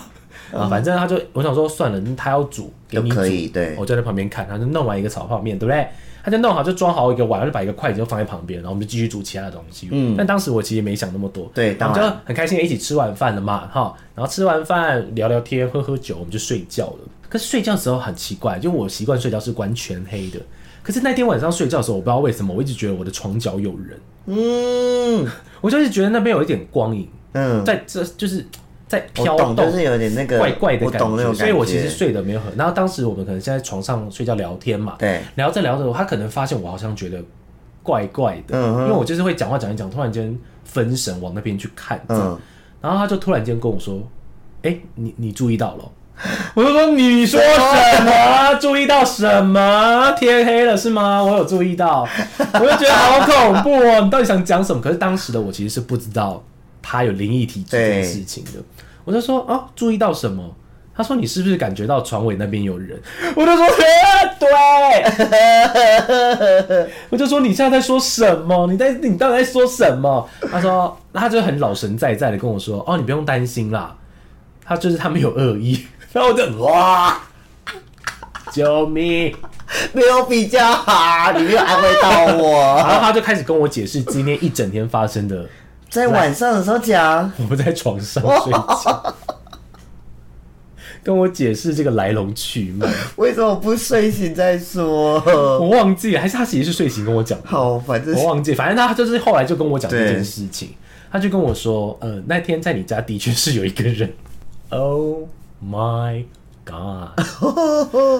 啊，反正他就我想说算了，他要煮给你都煮可以对我就在旁边看，他就弄完一个炒泡面，对不对？他就弄好就装好一个碗，就把一个筷子就放在旁边，然后我们就继续煮其他的东西。嗯，但当时我其实没想那么多，对然后当就然很开心地一起吃晚饭了嘛，哈，然后吃完饭聊聊天，喝喝酒，我们就睡觉了。可是睡觉的时候很奇怪，就我习惯睡觉是关全黑的，可是那天晚上睡觉的时候，我不知道为什么，我一直觉得我的床角有人，嗯我就是觉得那边有一点光影，嗯，在这就是在飘我动懂，，就是有点那个怪怪的我感懂那种感觉，所以我其实睡得没有很。然后当时我们可能现在床上睡觉聊天嘛，对聊着聊着，他可能发现我好像觉得怪怪的，嗯因为我就是会讲话讲一讲，突然间分神往那边去看，这样嗯然后他就突然间跟我说：“哎、你你注意到了哦、我就说：“你说什么？注意到什么？天黑了是吗？我有注意到，我就觉得好恐怖哦！你到底想讲什么？可是当时的我其实是不知道他有灵异体质这件事情的。我就说：哦，注意到什么？他说：你是不是感觉到床尾那边有人？我就说：呃、对。我就说你现在在说什么？你在你到底在说什么？他说，他就很老神在在的跟我说，哦，你不用担心啦，他就是他们有恶意。 *laughs* 然后我就哇，救命！没有比较好，你没有安慰到我， *laughs* 然后他就开始跟我解释今天一整天发生的， *laughs* 在晚上的时候讲，我们在床上睡觉，跟我解释这个来龙去脉。为什么不睡醒再说？ *laughs* 我忘记了，还是他其实是睡醒跟我讲的。好，反正我是忘记，反正他就是后来就跟我讲这对件事情，他就跟我说，呃，那天在你家的确是有一个人，Oh my god，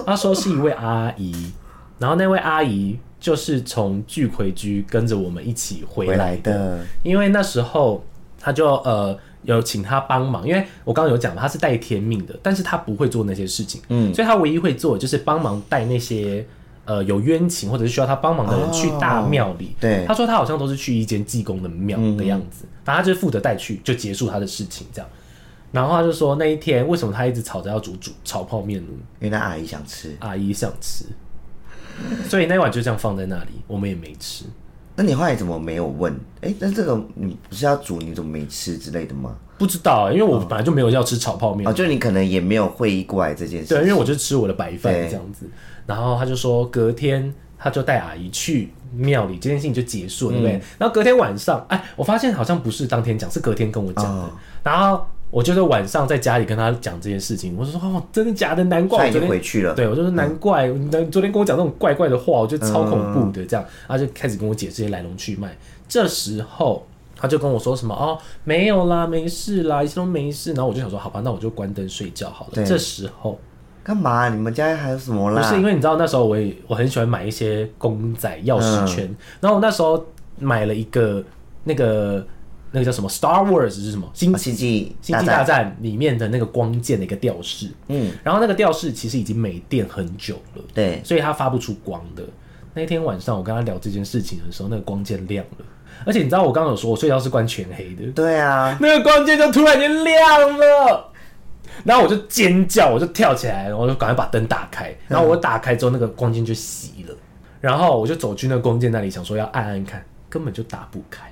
他说是一位阿姨，然后那位阿姨就是从聚葵居跟着我们一起回回来来的，因为那时候他就呃有请他帮忙，因为我刚刚有讲嘛他是带天命的，但是他不会做那些事情，嗯，所以他唯一会做的就是帮忙带那些呃有冤情或者是需要他帮忙的人哦去大庙里。对他说他好像都是去一间济公的庙的样子，反正他就是负责带去，就结束他的事情这样。然后他就说那一天为什么他一直吵着要煮煮炒泡面呢？因为那阿姨想吃，阿姨想吃，所以那一碗就这样放在那里，我们也没吃。那你后来怎么没有问？哎、那这个你不是要煮，你怎么没吃之类的吗？不知道、因为我本来就没有要吃炒泡面哦，，就是你可能也没有会意过来这件事。对，因为我就吃我的白饭这样子。然后他就说，隔天他就带阿姨去庙里，这件事情就结束了，对不嗯对？然后隔天晚上，哎，我发现好像不是当天讲，是隔天跟我讲的。哦然后我就在晚上在家里跟他讲这件事情，我就说哦，真的假的？难怪他我已昨天经回去了。嗯对，我就说难怪你昨天跟我讲那种怪怪的话，我觉得超恐怖的这样，他就开始跟我解释这些来龙去脉。这时候他就跟我说什么哦，没有啦，没事啦，一切都没事。然后我就想说，好吧，那我就关灯睡觉好了。对这时候干嘛？你们家还有什么不啦？是因为你知道那时候我也我很喜欢买一些公仔钥嗯匙圈，然后我那时候买了一个那个那个叫什么 Star Wars 是什么星哦星际星际大战里面的那个光剑的一个吊饰，嗯嗯，然后那个吊饰其实已经没电很久了，对所以它发不出光的。那天晚上我跟他聊这件事情的时候，那个光剑亮了，而且你知道我刚刚有说我睡觉是关全黑的，对啊，那个光剑就突然间亮了，然后我就尖叫，我就跳起来，然后我就赶快把灯打开，然后我打开之后，那个光剑就熄了，然后我就走去那个光剑那里，想说要按按看，根本就打不开。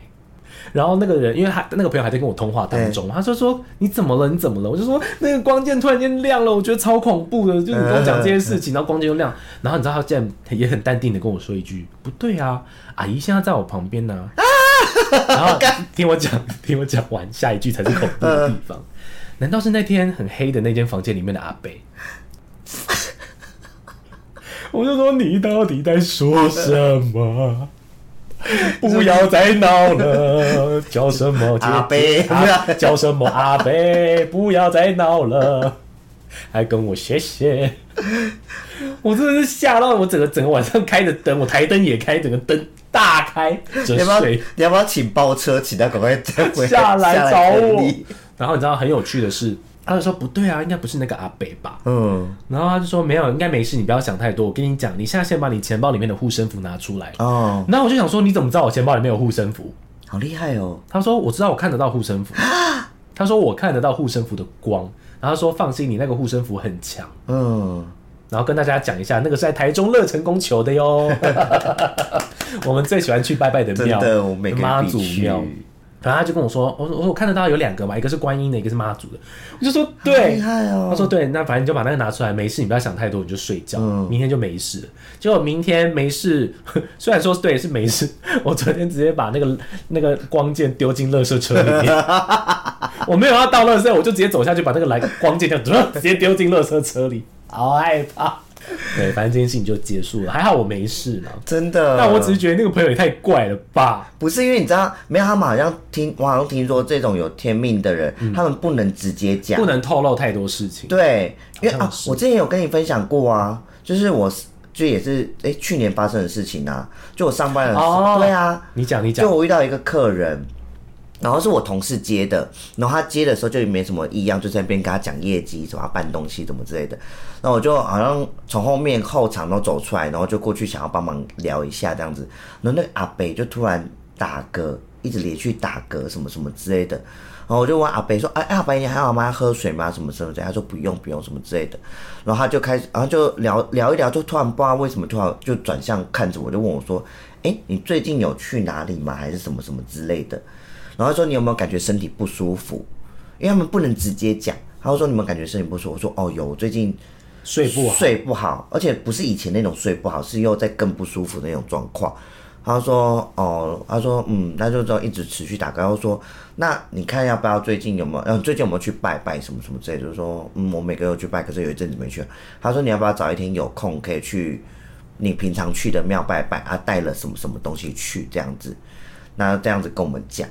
然后那个人，因为他那个朋友还在跟我通话当中，他就说你怎么了？你怎么了？我就说那个光剑突然间亮了，我觉得超恐怖的。就你跟我讲这件事情，然后光剑就亮，然后你知道他竟然也很淡定的跟我说一句：“不对啊，阿姨现在在我旁边呢、然后听我讲，听我讲完，下一句才是恐怖的地方。难道是那天很黑的那间房间里面的阿北？ *laughs* 我就说你到底在说什 *laughs* 么？不要再闹 *laughs* 了，叫什么姐姐阿北啊叫什么阿北？不要再闹了，还跟我谢谢。我真的是吓到我整个整个晚上开着灯，我台灯也开，整个灯大开，你着要不要睡你。要不要请包车，请他赶快再回 *laughs* 下来找等我你。然后你知道很有趣的是，他就说不对啊，应该不是那个阿北吧？嗯，然后他就说没有，应该没事，你不要想太多。我跟你讲，你现在先把你钱包里面的护身符拿出来。哦，然后我就想说，你怎么知道我钱包里面有护身符？好厉害哦。他说我知道，我看得到护身符。 *laughs* 他说我看得到护身符的光。然后他说放心，你那个护身符很强。嗯，然后跟大家讲一下，那个是在台中乐成宫求的哟。 *laughs* 我们最喜欢去拜拜的真庙，的，我每个妈人祖必去。庙。然后他就跟我说，我说我说我看得到有两个嘛，一个是观音的，一个是妈祖的。我就说好对厉，害哦。他说对，那反正你就把那个拿出来，没事，你不要想太多，你就睡觉，嗯明天就没事了。结果明天没事， *laughs* 虽然说对是没事， *laughs* 我昨天直接把那个那个光剑丢进垃圾车里 *laughs* 面，我没有要倒垃圾，我就直接走下去把那个来光剑这样直接丢进垃圾车里，好害怕。对，反正这件事情就结束了，还好我没事了。真的。但我只是觉得那个朋友也太怪了吧。不是因为你知道，没有他们好像听，我好像听说这种有天命的人，他们不能直接嗯讲不，能透露太多事情。对，因为好像啊，我之前有跟你分享过啊，就是我就也是哎、诶去年发生的事情啊，就我上班的时候，哦对啊，你讲，你讲就，我遇到一个客人。然后是我同事接的，然后他接的时候就也没什么异样，就在那边跟他讲业绩，怎么办东西，怎么之类的。那我就好像从后面后场都走出来，然后就过去想要帮忙聊一下这样子。然后那个阿北就突然打嗝，一直连续打嗝什么什么之类的。然后我就问阿北说：“哎、哎阿北你还好吗？喝水吗？什么什么之类的？”他说：“不用不用什么之类的。”然后他就开始，然后就聊聊一聊，就突然不知道为什么突然就转向看着我，就问我说：“哎，你最近有去哪里吗？还是什么什么之类的？”然后他说：“你有没有感觉身体不舒服？”因为他们不能直接讲，他就说：“你有没有感觉身体不舒服？”我说：“哦，有，我最近睡不好，睡不好，而且不是以前那种睡不好，是又在更不舒服的那种状况。他说：“哦，他说，嗯，那就这样一直持续打嗝。”他说：“嗯那你看要不要最近有没有？嗯、最近有没有去拜拜什么什么之类的？”就是说：“嗯，我每个月有去拜，可是有一阵子没去。”他说：“你要不要找一天有空可以去你平常去的庙拜拜啊？带了什么什么东西去这样子？那这样子跟我们讲。”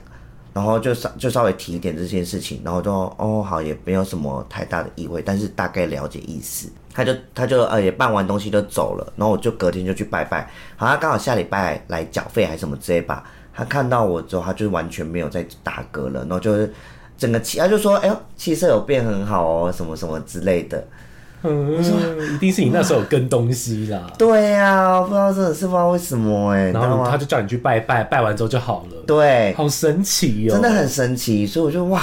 然后就稍就稍微提一点这件事情，然后就哦好也没有什么太大的意味，但是大概了解意思。他就他就呃也办完东西就走了，然后我就隔天就去拜拜，好像刚好下礼拜来缴费还是什么之类吧。他看到我之后，他就完全没有再打嗝了，然后就是整个气，他就说哎呦气色有变很好哦，什么什么之类的。嗯，一定是你那时候有跟东西啦。对呀、不知道真的是不知道为什么哎、你知然道后他吗？就叫你去拜拜，拜完之后就好了。对，好神奇哦！真的很神奇，所以我就哇，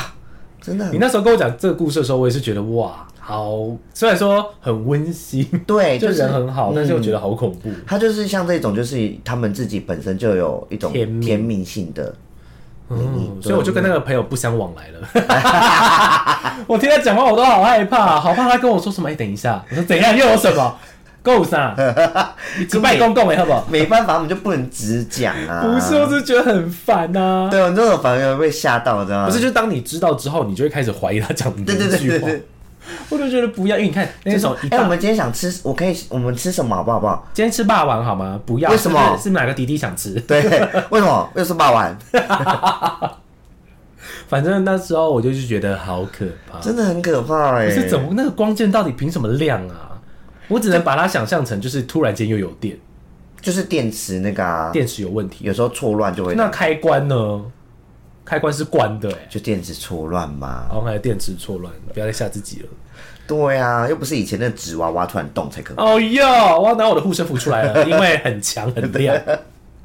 真的很你那时候跟我讲这个故事的时候，我也是觉得哇，凹，虽然说很温 *laughs* 馨，对，就是人很好，但是我觉得好恐怖。他就是像这种，就是他们自己本身就有一种天命天命性的，嗯，所以我就跟那个朋友不相往来 *laughs* 了。我听他讲话，我都好害怕，好怕他跟我说什么。哎、等一下，我说怎样又有什 *laughs* 么？够啥？你只卖公共哎，好不好？没办法，我们就不能只讲啊。不是，我只是觉得很烦啊呐、对，我这种反而会吓到，知道吗？不是，就当你知道之后，你就会开始怀疑他讲的嗯对，对每对一句对话。对，我就觉得不要，因为你看那就是种一哎、大我们今天想吃，我可以，我们吃什么好不好？好不好？今天吃霸王好吗？不要，为什么是不是是哪个弟弟想吃？对， *laughs* 为什么又是霸王？反正那时候我就是觉得好可 *laughs* 怕，真的很可怕哎、可是怎么那个光剑到底凭什么亮啊？我只能把它想象成就是突然间又有电，就是电池那个啊，电池有问题。有时候错乱就会，那开关呢？开关是关的哎、就电池错乱嘛。然后还有电池错乱，不要再吓自己了。对啊，又不是以前那纸娃娃突然动才可怕。哦哟，我要拿我的护身符出来了，因为很强很亮。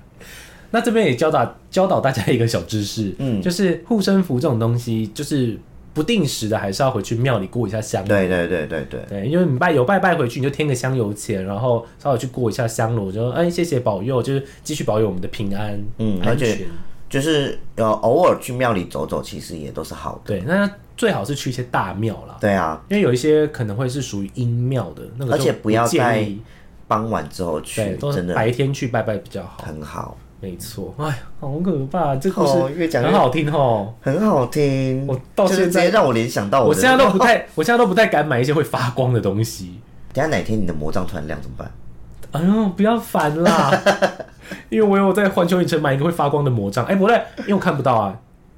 *laughs* 那这边也教导教导大家一个小知识，嗯，就是护身符这种东西，就是不定时的还是要回去庙里过一下香。对对对对对，对，因为你拜有拜拜回去，你就添个香油钱，然后稍微去过一下香炉，就说哎谢谢保佑，就是继续保佑我们的平安，嗯安而且全。就是呃偶尔去庙里走走，其实也都是好的。对，那最好是去一些大庙啦，对啊，因为有一些可能会是属于阴庙的那个，而且不要建在议，傍晚之后对，去，都是真的白天去拜拜比较好。很好，没错，哎呀，好可怕，这故哦事越讲越很好听哦。很好听。我到就是现在直接让我联想到我的现在都不太， *laughs* 我现在都不太敢买一些会发光的东西。等一下哪天你的魔杖突然亮怎么办？哎呦，不要烦啦， *laughs* 因为我有在环球影城买一个会发光的魔杖。哎，不对，因为我看不到啊，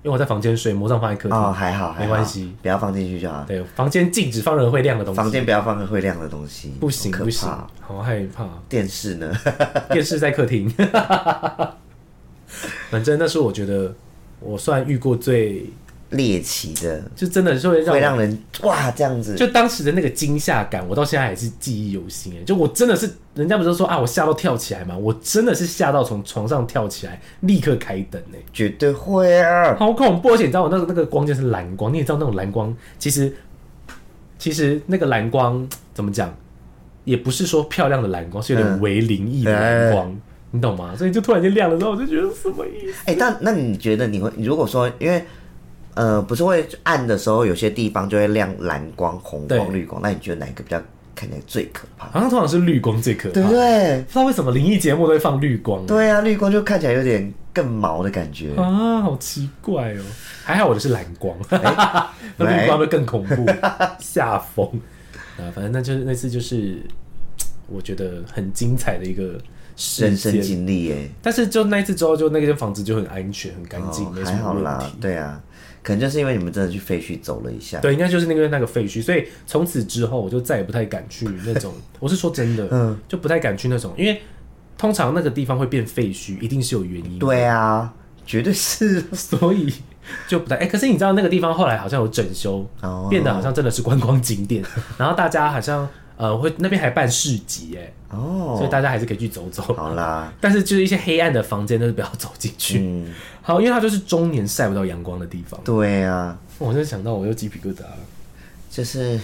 因为我在房间睡，魔杖放在客厅。哦，还好，还好没关系，不要放进去就好。对，房间禁止放任何会亮的东房西，间不要放会亮的东西，不行好可不行怕。，好害怕。电视呢？ *laughs* 电视在客厅。 *laughs* 反正那是我觉得我算遇过最，猎奇的就真的是会让会我让人哇这样子，就当时的那个惊吓感，我到现在还是记忆犹新。哎，就我真的是，人家不是说啊，我吓到跳起来嘛，我真的是吓到从床上跳起来，立刻开灯哎，绝对会啊！好恐怖！而且你知道我那个那个光就是蓝光，你也知道那种蓝光，其实其实那个蓝光怎么讲，也不是说漂亮的蓝光，是有点嗯微灵异的蓝光。你懂吗？所以就突然间亮了之后，我就觉得什么意思？哎、但那你觉得你会，你如果说因为呃不是会暗的时候，有些地方就会亮蓝光、红对光、绿光，那你觉得哪一个比较看起来最可怕？好像通常是绿光最可怕，对不对不？知道为什么灵异节目都会放绿光、欸，对啊，绿光就看起来有点更毛的感觉。啊，好奇怪哦！还好我的是蓝 *laughs* 光，哎那绿光会更恐怖，吓疯啊！反正那就是那次就是我觉得很精彩的一个事人生件。经历耶，但是就那一次之后，就那间房子就很安全、很干净，哦没什还么好问啦题。，对啊，可能就是因为你们真的去废墟走了一下，对，应该就是那个那个废墟，所以从此之后我就再也不太敢去那种，我是说真的，嗯，就不太敢去那种，因为通常那个地方会变废墟，一定是有原因的。对啊，绝对是 *laughs* 所以就不太哎、可是你知道那个地方后来好像有整修，哦变得好像真的是观光景点，然后大家好像呃会那边还办市集哎、所以哦。大家还是可以去走走。好啦，但是就是一些黑暗的房间，就是不要走进去。嗯，好，因为它就是中年晒不到阳光的地方。对啊，我真的想到我又鸡皮疙瘩了。就是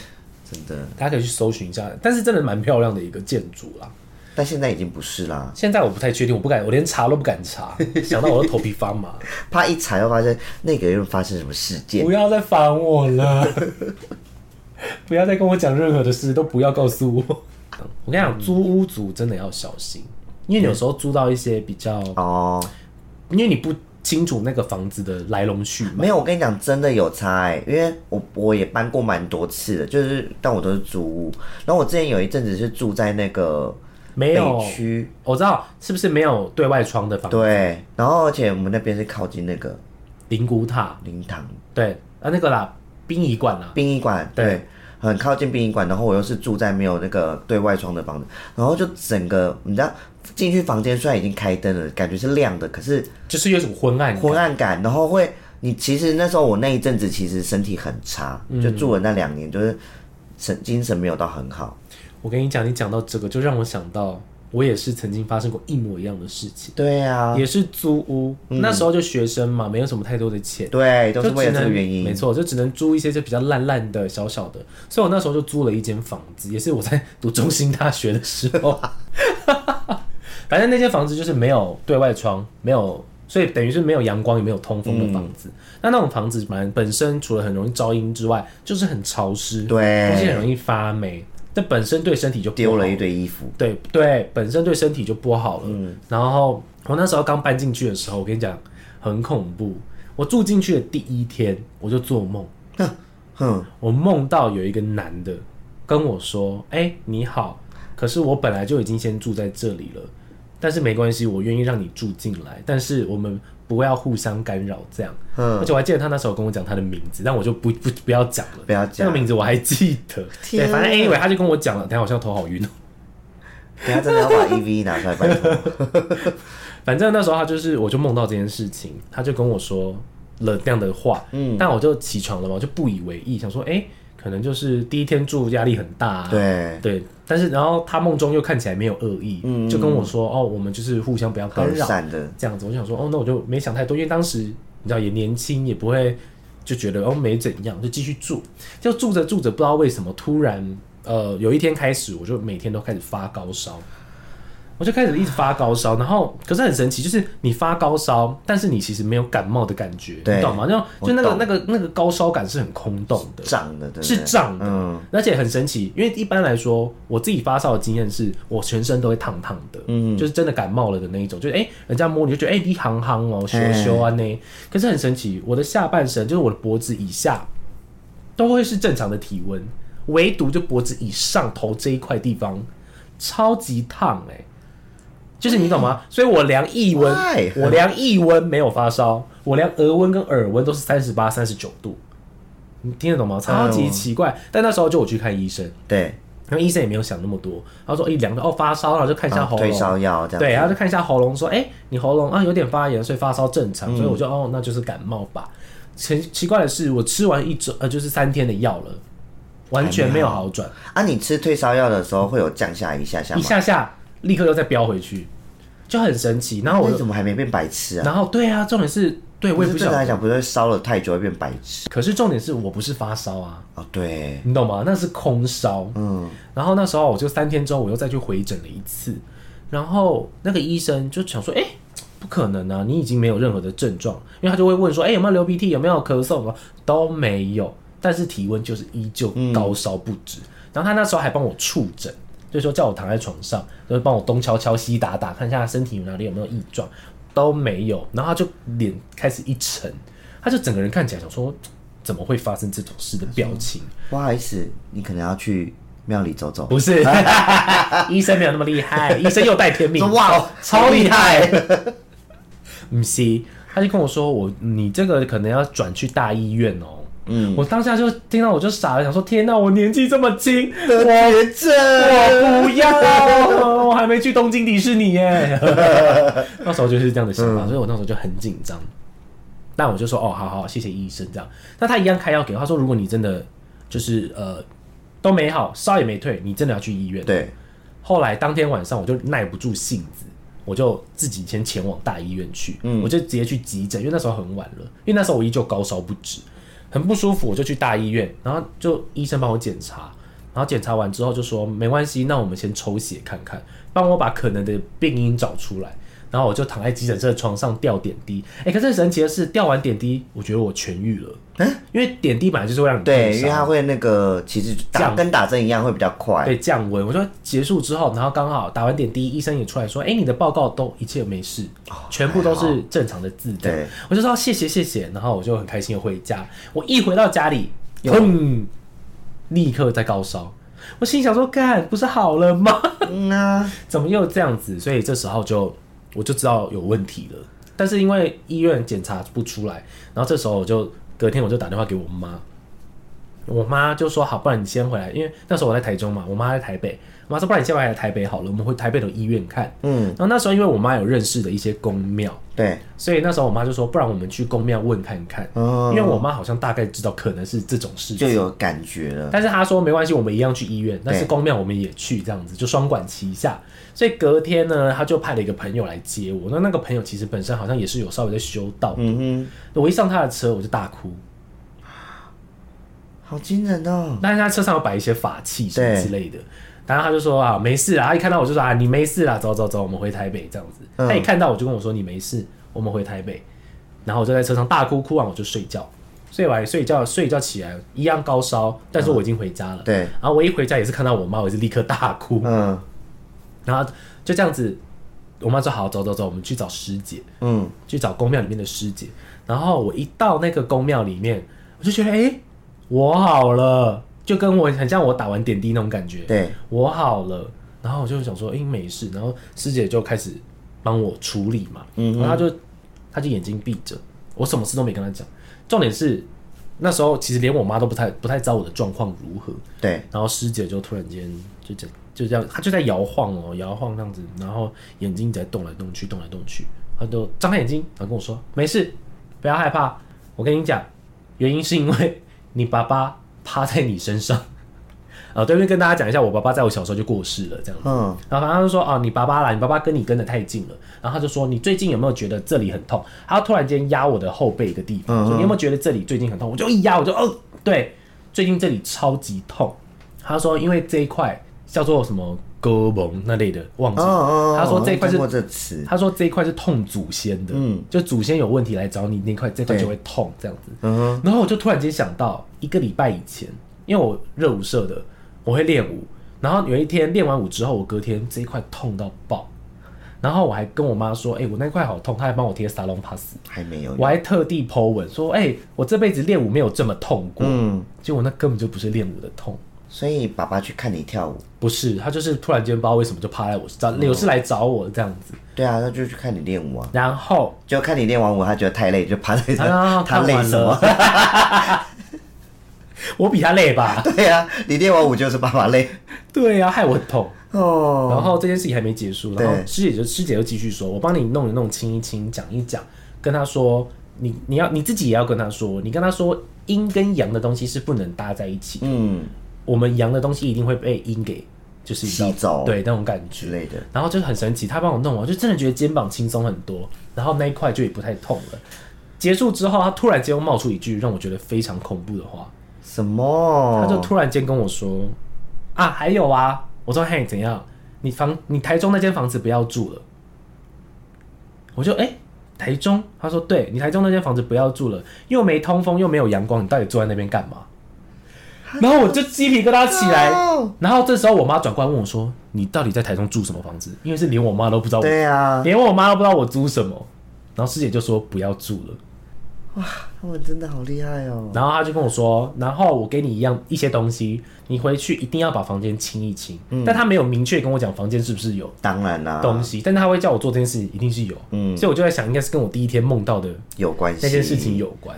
真的，大家可以去搜寻一下，但是真的蛮漂亮的一个建筑啦。但现在已经不是啦，现在我不太确定，我不敢，我连查都不敢 *laughs* 查，想到我都头皮发麻。怕一查又发现那个又发生什么事件不，要再烦我了，不要再跟我讲任何的事，都不要告诉我。我跟你讲，租屋族真的要小心，因为有时候租到一些比较，哦，因为你不清楚那个房子的来龙去脉没。有，我跟你讲，真的有差哎、因为我我也搬过蛮多次的，就是但我都是租屋，然后我之前有一阵子是住在那个没有北区，我知道是不是没有对外窗的房子？对，然后而且我们那边是靠近那个灵骨塔，灵堂对啊，那个啦，殡仪馆啦，殡仪馆，对对，很靠近殡仪馆，然后我又是住在没有那个对外窗的房子，然后就整个你知道进去房间虽然已经开灯了，感觉是亮的，可是就是有一种昏暗感。昏暗感，然后会你其实那时候我那一阵子其实身体很差，嗯就住了那两年，就是神精神没有到很好。我跟你讲，你讲到这个，就让我想到我也是曾经发生过一模一样的事情，对啊，也是租屋，那时候就学生嘛，没有什么太多的钱，对，都就是只为了这能个原因，没错，就只能租一些就比较烂烂的、小小的。所以我那时候就租了一间房子，也是我在读中心大学的时候。 *laughs* 反正那间房子就是没有对外窗，没有，所以等于是没有阳光也没有通风的房嗯子。那那种房子本来本身除了很容易招阴之外，就是很潮湿，对而且很容易发霉，这本身对身体就不丢好了一堆衣服，对对，本身对身体就不好了。嗯然后我那时候刚搬进去的时候，我跟你讲，很恐怖。我住进去的第一天，我就做梦，啊哼，我梦到有一个男的跟我说：“哎、你好，可是我本来就已经先住在这里了，但是没关系，我愿意让你住进来，但是我们不要互相干扰这样。”嗯而且我还记得他那时候跟我讲他的名字，但我就不不不要讲了，不要这个讲，名字我还记得。对，天反正啊 anyway 他就跟我讲了，等一下好像头好晕哦。等一下真的要把 EV 拿出来，*laughs* 拜托，反正那时候他就是，我就梦到这件事情，他就跟我说了那样的话，嗯，但我就起床了嘛，我就不以为意，想说，哎、可能就是第一天住压力很大、啊，对，对，但是然后他梦中又看起来没有恶意，就跟我说，哦，我们就是互相不要干很扰，散的，这样子，我就想说，哦，那我就没想太多，因为当时你知道也年轻，也不会就觉得哦没怎样，就继续住。就住着住着，不知道为什么突然，呃，有一天开始，我就每天都开始发高烧，我就开始一直发高烧，然后可是很神奇，就是你发高烧，但是你其实没有感冒的感觉，对你懂吗？就我就那个懂那个那个高烧感是很空洞的，胀的，对不对，是胀的，嗯，而且很神奇，因为一般来说，我自己发烧的经验是我全身都会烫烫的，嗯，就是真的感冒了的那一种，就是哎、人家摸你就觉得哎、你行行哦，羞羞哎啊呢。可是很神奇，我的下半身就是我的脖子以下都会是正常的体温，唯独就脖子以上头这一块地方超级烫哎、就是你懂吗？所以我量腋温哎 Why？，我量腋温没有发烧，我量额温跟耳温都是三十八、三十九度，你听得懂哦吗？超级奇怪。但那时候就我去看医生，对，然后医生也没有想那么多，他说一量到哦发烧了，然后就看一下啊喉退咙，烧药这样，对，然后就看一下喉咙，说哎、你喉咙啊有点发炎，所以发烧正嗯常，所以我就哦那就是感冒吧。奇奇怪的是，我吃完一周呃就是三天的药了，完全没有好转，啊，你吃退烧药的时候会有降下一下下一吗？下下立刻又再飙回去，就很神奇。然后那我你怎么还没变白痴啊？然后对啊，重点是，对我也不正晓常来得。讲，不是烧了太久会变白痴可是重点是我不是发烧啊，哦，对，你懂吗？那是空烧。嗯，然后那时候我就三天之后我又再去回诊了一次，然后那个医生就想说，哎、不可能啊，你已经没有任何的症状，因为他就会问说，哎、有没有流鼻涕，有没有咳嗽吗？都没有，但是体温就是依旧高烧不止。然后他那时候还帮我触诊。就说叫我躺在床上，就是帮我东敲敲西打打，看一下身体哪里有没有异状，都没有。然后他就脸开始一沉，他就整个人看起来想说，怎么会发生这种事的表情？不好意思，你可能要去庙里走走。不是， *laughs* 医生没有那么厉 *laughs* 害，医生又带天命，哇哦超厉害。 *laughs* 不是，他就跟我说，我你这个可能要转去大医院哦。嗯，我当下就听到我就傻了，想说天哪，我年纪这么轻， *laughs* 得绝症，我不要， *laughs* 我还没去东京迪士尼 *laughs* 耶。那时候就是这样的想法，所以我那时候就很紧张。但我就说哦，好好，谢谢医生这样。那他一样开药给我，他说如果你真的就是呃都没好，烧也没退，你真的要去医院。对，后来当天晚上我就耐不住性子，我就自己先前往大医院去，嗯我就直接去急诊，因为那时候很晚了，因为那时候我依旧高烧不止，很不舒服，我就去大医院，然后就医生帮我检查，然后检查完之后就说没关系，那我们先抽血看看，帮我把可能的病因找出来。然后我就躺在急诊室的床上吊点滴，哎，可是很神奇的是，吊完点滴，我觉得我痊愈了，因为点滴本来就是会让你退嗯对，烧因为它会那个，其实打降跟打针一样会比较快。对降温。我说结束之后，然后刚好打完点滴，医生也出来说，哎、你的报告都一切没事，全部都是正常的字的对。我就说谢谢谢谢，然后我就很开心的回家。我一回到家里，砰，立刻在高烧。我心想说，干不是好了吗？嗯啊，怎么又这样子？所以这时候就我就知道有问题了。但是因为医院检查不出来，然后这时候我就隔天我就打电话给我妈，我妈就说好，不然你先回来，因为那时候我在台中嘛，我妈在台北，我妈说不然你先回来台北好了，我们回台北的医院看。嗯，然后那时候因为我妈有认识的一些公庙，对，所以那时候我妈就说，不然我们去公庙问看看，哦因为我妈好像大概知道可能是这种事就情。有感觉了。但是她说没关系，我们一样去医院，但是公庙我们也去，这样子就双管齐下。所以隔天呢，她就派了一个朋友来接我。那那个朋友其实本身好像也是有稍微在修道，嗯我一上他的车我就大哭，哼，好惊人哦！但是他车上有摆一些法器什么之类的，然后他就说啊没事啦，他一看到我就说啊你没事啦，走走走，我们回台北这样子。嗯他一看到我就跟我说你没事，我们回台北，然后我就在车上大哭，哭完我就睡觉，睡完睡觉睡一觉起来一样高烧，但是我已经回家了。对，然后我一回家也是看到我妈，我就立刻大哭，嗯然后就这样子，我妈说好走走走，我们去找师姐。嗯，去找宫庙里面的师姐，然后我一到那个宫庙里面，我就觉得哎、诶我好了，就跟我很像我打完点滴那种感觉，对，我好了，然后我就想说哎、诶没事，然后师姐就开始帮我处理嘛，然后她就她就眼睛闭着，我什么事都没跟她讲，重点是那时候其实连我妈都不太不太知道我的状况如何，对，然后师姐就突然间就这样就这样，她就在摇晃哦，摇晃这样子，然后眼睛在动来动去，动来动去，她就张开眼睛，然后跟我说：“没事，不要害怕，我跟你讲，原因是因为你爸爸趴在你身上。”啊，对面跟大家讲一下，我爸爸在我小时候就过世了，这样子。嗯，然后反正他就说啊，你爸爸啦，你爸爸跟你跟的太近了。然后他就说，你最近有没有觉得这里很痛？他突然间压我的后背一个地嗯方，说你有没有觉得这里最近很痛？我就一压，我就哦，对，最近这里超级痛。他说，因为这一块叫做什么胳蒙那类的，忘记哦了。哦，他说这一块是听过这词，他说这一块是痛祖先的，嗯就祖先有问题来找你那块，这块就会痛这样子。嗯哼，然后我就突然间想到，一个礼拜以前，因为我热舞社的，我会练舞，然后有一天练完舞之后，我隔天这一块痛到爆，然后我还跟我妈说，哎、我那块好痛，她还帮我贴沙龙 pass，还没有我，还特地 po 文说，哎、我这辈子练舞没有这么痛过，嗯，结果那根本就不是练舞的痛。所以爸爸去看你跳舞，不是，他就是突然间不知道为什么就趴在我找，有事来找我这样子。对啊，那就去看你练舞啊，然后就看你练完舞，他觉得太累，就趴在啊那， *laughs* 他看累完什么？了？ *laughs* 我比他累吧？ *laughs* 对啊，你练完舞就是爸爸累 *laughs* 对呀、害我很痛。哦，然后这件事情还没结束，然后对师姐就师姐就继续说，我帮你弄一弄，清一清，讲一讲，跟他说，你你要你自己也要跟他说，你跟他说阴跟阳的东西是不能搭在一起，嗯我们阳的东西一定会被阴给就是吸走对那种感觉之。类的，然后就是很神奇，他帮我弄完，就真的觉得肩膀轻松很多，然后那一块就也不太痛了。结束之后，他突然间又冒出一句让我觉得非常恐怖的话，什么？他就突然间跟我说：“啊，还有啊！”我说：“嘿，怎样？你房你台中那间房子不要住了。”我就哎、台中？他说：“对你台中那间房子不要住了，又没通风，又没有阳光，你到底住在那边干嘛？”然后我就鸡皮疙瘩起来， No 然后这时候我妈转过来问我说：“你到底在台中住什么房子？”因为是连我妈都不知道我对啊，连我妈都不知道我租什么。然后师姐就说不要住了，他们真的好厉害哦，然后她就跟我说，然后我给你一样一些东西，你回去一定要把房间清一清。但她没有明确跟我讲房间是不是有当然啦，东西，但她会叫我做这件事，一定是有。嗯所以我就在想，应该是跟我第一天梦到的有关系那件事情有关。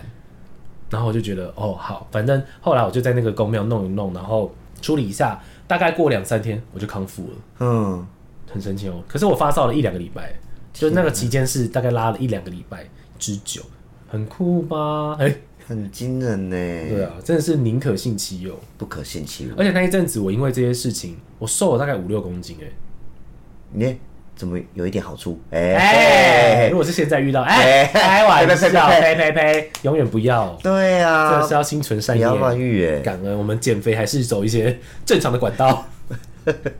然后我就觉得哦好，反正后来我就在那个公庙弄一弄，然后处理一下，大概过两三天我就康复了。嗯，很神奇哦。可是我发烧了一两个礼拜，就是那个期间是大概拉了一两个礼拜之久，很酷吧？哎、很惊人对呢，啊，真的是宁可信其有。不可信其无。而且那一阵子我因为这些事情，我瘦了大概五六公斤、欸你怎么有一点好处？哎、哎、哎如果是现在遇到，哎、哎开玩笑，呸呸呸呸呸，永远不要，对这啊是，要心存善不要乱念。遇哎，感恩我们减肥还是走一些正常的管道， *laughs*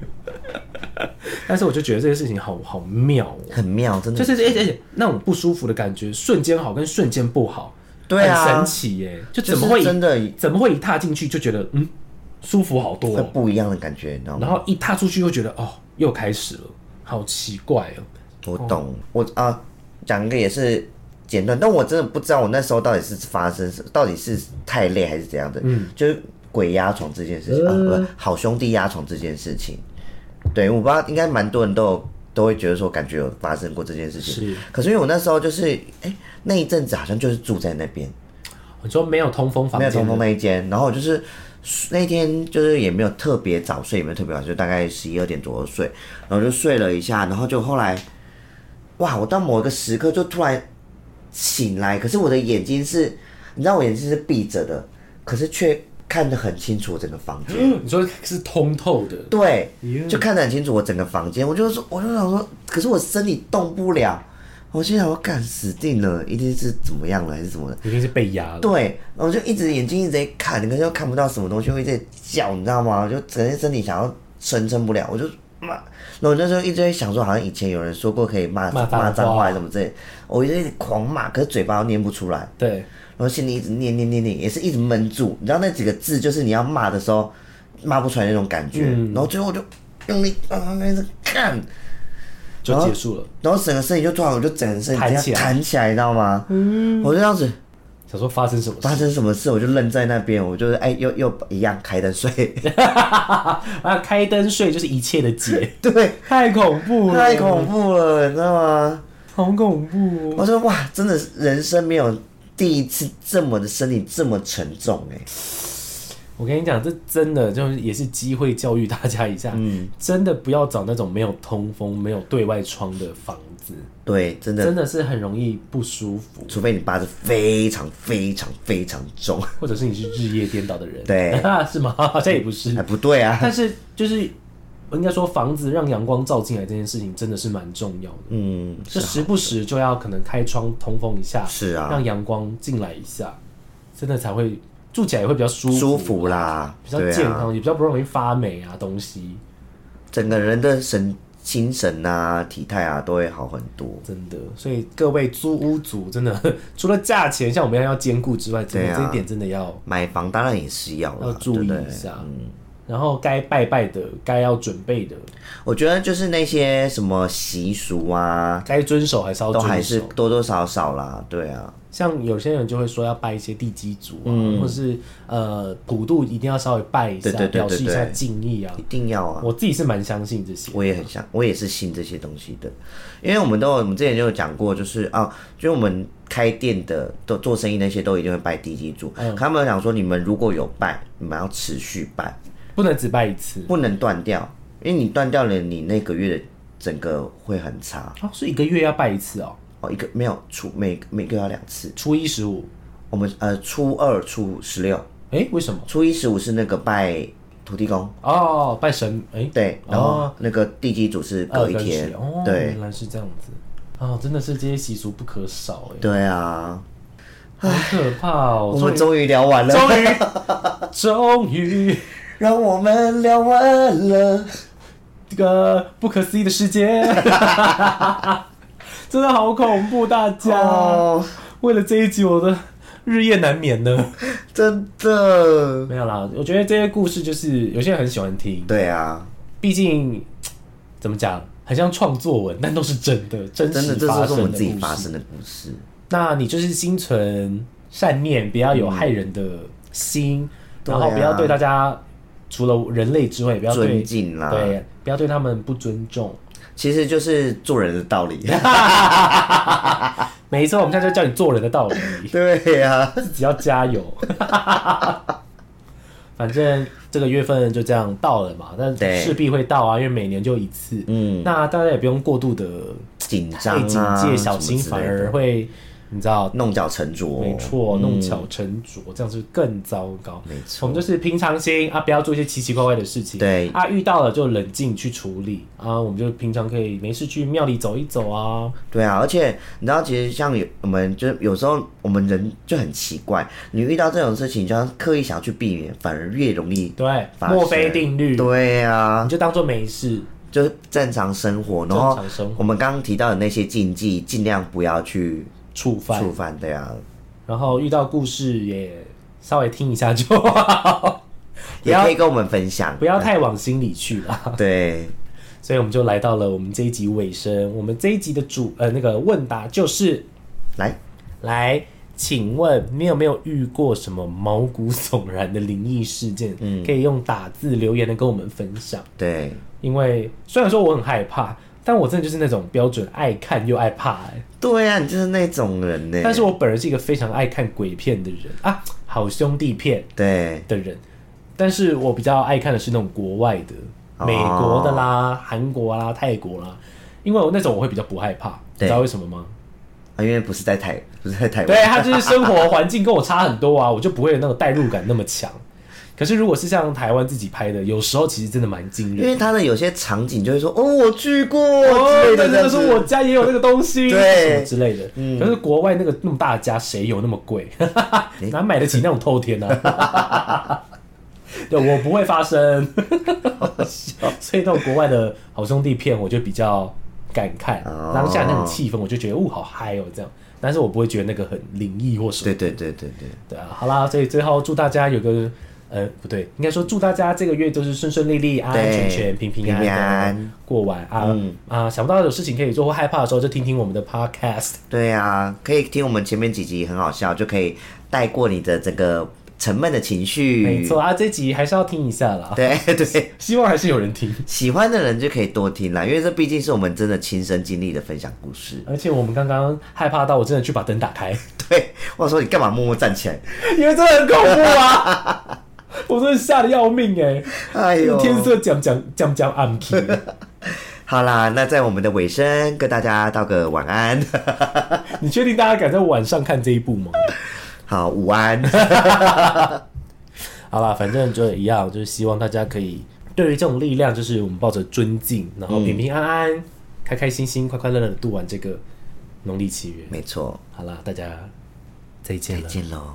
但是我就觉得这些事情好好妙哦。很妙，真的就是而且而且那种不舒服的感觉，瞬间好跟瞬间不好，对啊很神奇耶、就就怎是么会一真的怎么会一踏进去就觉得嗯舒服好多会哦、不一样的感觉，你知道吗然？后一踏出去又觉得哦又开始了，好奇怪哦、我懂，我啊，讲一个也是简短，但我真的不知道我那时候到底是发生什，到底是太累还是怎样的，嗯，就是鬼压床这件事情、呃啊，不是好兄弟压床这件事情，对，我不知道，应该蛮多人都有都会觉得说，感觉有发生过这件事情，是可是因为我那时候就是，哎、那一阵子好像就是住在那边，哦你说没有通风房没有间，通风那一间，然后我就是那一天就是也没有特别早睡，也没有特别晚睡，就大概十一二点左右睡，然后就睡了一下，然后就后来，哇，我到某一个时刻就突然醒来，可是我的眼睛是，你知道我眼睛是闭着的，可是却看得很清楚我整个房间。 *gasps* 你说是通透的，对 Yeah，就看得很清楚我整个房间。我就说，我就想说，可是我身体动不了。我心想，我干死定了，一定是怎么样了，还是怎么了？一定是被压了。对，然后我就一直眼睛一直在看，可是又看不到什么东西，我一直在叫，你知道吗？我就整个身体想要撑撑不了，我就骂。然后我那时候一直在想说，好像以前有人说过可以骂骂脏话骂脏话还是什么之类的，我一直狂骂，可是嘴巴又念不出来，对，然后心里一直念念念念，也是一直闷住。你知道那几个字，就是你要骂的时候骂不出来那种感觉。嗯然后最后我就用力啊，一直干，就然后结束了。然后整个身体就突然，我就整个身体弹这样起来弹起来，你知道吗？嗯，我就这样子。想说发生什么事发生什么事，我就愣在那边，我就是哎，又又一样开灯睡， *laughs* 啊？开灯睡就是一切的解，对， *laughs* 太恐怖了，太恐怖了，你知道吗？好恐怖哦！我说哇，真的是人生没有第一次这么的身体这么沉重哎、我跟你讲，这真的就是也是机会教育大家一下，真的不要找那种没有通风、没有对外窗的房子，对，真的，真的是很容易不舒服，除非你八字非常非常非常重， *laughs* 或者是你是日夜颠倒的人，对， *laughs* 是吗？好像也不哎是，不对啊，但是就是应该说房子让阳光照进来这件事情真的是蛮重要的，嗯，就时不时就要可能开窗通风一下，是啊让阳光进来一下，真的才会住起来也会比较舒服，舒服啦，比较对健啊，康，也比较不容易发霉啊东西。整个人的神精神啊、体态啊都会好很多。真的，所以各位租屋族真的 *laughs* 除了价钱像我们一样要兼顾之外，真的、对啊这一点真的要买房当然也是要要了，注意对不一对下。然后该拜拜的，该要准备的，我觉得就是那些什么习俗啊，该遵守还是要都遵守。还是多多少少啦，对啊，像有些人就会说要拜一些地基主啊，或是呃普渡一定要稍微拜一下，嗯对对对对表示一下对敬意啊一。定要啊。我自己是蛮相信这些，我也很想，我也是信这些东西的，因为我们都有我们之前就有讲过，就是啊，就是我们开店的、都做生意那些都一定会拜地基主，他们想说你们如果有拜，你们要持续拜，不能只拜一次不能断掉，因为你断掉了，你那个月的整个会很差哦，是一个月要拜一次哦，哦，一个没有初每每个要两次，初一十五。我们呃初二、初十六，哎，为什么？初一十五是那个拜土地公，哦，拜神哎，对，然后哦那个地基主是二隔一跟天十，哦，对原来是这样子啊，真的是这些习俗不可少哎，对啊，好可怕哦！我们终于聊完了，终于终于 *laughs* 让我们聊完了，这个不可思议的世界， *laughs* 真的好恐怖，大家。哦，为了这一集，我的日夜难眠呢。真的， *laughs* 没有啦，我觉得这些故事就是有些人很喜欢听，对啊，毕竟怎么讲，很像创作文，但都是真的，真真实的，这发就是生我的们自己故发事生的故事，那你就是心存善念，不要有害人的心，对然后不啊要对大家除了人类之外，也不要啊对尊敬啊啦对，不要对他们不尊重。其实就是做人的道理， *laughs* 没错，我们现在就教你做人的道理，对啊呀，自己要加油。 *laughs* 反正这个月份就这样到了嘛，但对势必会到啊，因为每年就一次。嗯，那大家也不用过度的紧张太警啊，戒、小什么心，之反类而的，会你知道弄巧成拙，没错，弄巧成拙，这样是更糟糕。没我错们就是平常心啊，不要做一些奇奇怪怪的事情。对啊，遇到了就冷静去处理啊。我们就平常可以没事去庙里走一走啊。对啊，而且你知道，其实像有我们就是有时候我们人就很奇怪，你遇到这种事情，就要刻意想要去避免，反而越容易对，发生墨菲定律，对你啊，就当做没事。就是正常生活，然正后常生活我们刚刚提到的那些禁忌，尽量不要去触犯，触犯。对啊，然后遇到故事也稍微听一下就好，不也要可以跟我们分享。不要太往心里去了。对，所以我们就来到了我们这一集尾声。我们这一集的主呃那个问答就是来，来，请问你有没有遇过什么毛骨悚然的灵异事件？嗯可以用打字留言的跟我们分享。对，因为虽然说我很害怕，但我真的就是那种标准爱看又爱怕、欸，对啊，你就是那种人呢、但是我本人是一个非常爱看鬼片的人啊，好兄弟片对，的人，但是我比较爱看的是那种国外的，美国的啦、韩国啦、泰国啦，因为我那种我会比较不害怕，你对知道为什么吗？啊，因为不是在台，不是在台湾，对，啊他就是生活环境跟我差很多啊，我就不会有那种代入感那么强。可是如果是像台湾自己拍的，有时候其实真的蛮惊因人。为他的有些场景就会说，哦，我去过，哦，之对类对的这对，样子说我家也有那个东西，对嗯什么之类的。可是国外那个那么大的家，谁有那么 *laughs* 贵？哪买得起那种透天啊？ *laughs* 对，我不会发生， *laughs* 所以那种国外的好兄弟片，我就比较敢看，哦当下那种气氛，我就觉得哦，好嗨哦，这样。但是我不会觉得那个很灵异或什么对。对对对对，对啊，好啦，所以最后祝大家有个呃不对，应该说祝大家这个月都是顺顺利利、安安全全、对平平安平平安地安嗯过完啊、啊！想不到有事情可以做或害怕的时候，就听听我们的 podcast。对啊，可以听我们前面几集很好笑，就可以带过你的这个沉闷的情绪，没错，啊，这集还是要听一下啦，对 *laughs* 对，希望还是有人听。喜欢的人就可以多听啦，因为这毕竟是我们真的亲身经历的分享故事。 *laughs* 而且我们刚刚害怕到我真的去把灯打开，对，我说你干嘛默默站起来？因为真的很恐怖啊！ *laughs* 我真的吓得要命哎、哎呦，天色讲讲讲讲暗 *laughs* 起，好啦，那在我们的尾声，跟大家道个晚安， *laughs* 你确定大家敢在晚上看这一部吗？好午安， *laughs* 好啦，反正就一样，就是希望大家可以对于这种力量，就是我们抱着尊敬，然后平平安安、开开心心、快快乐乐的度完这个农历七月。没错，好啦，大家再见再了。见喽。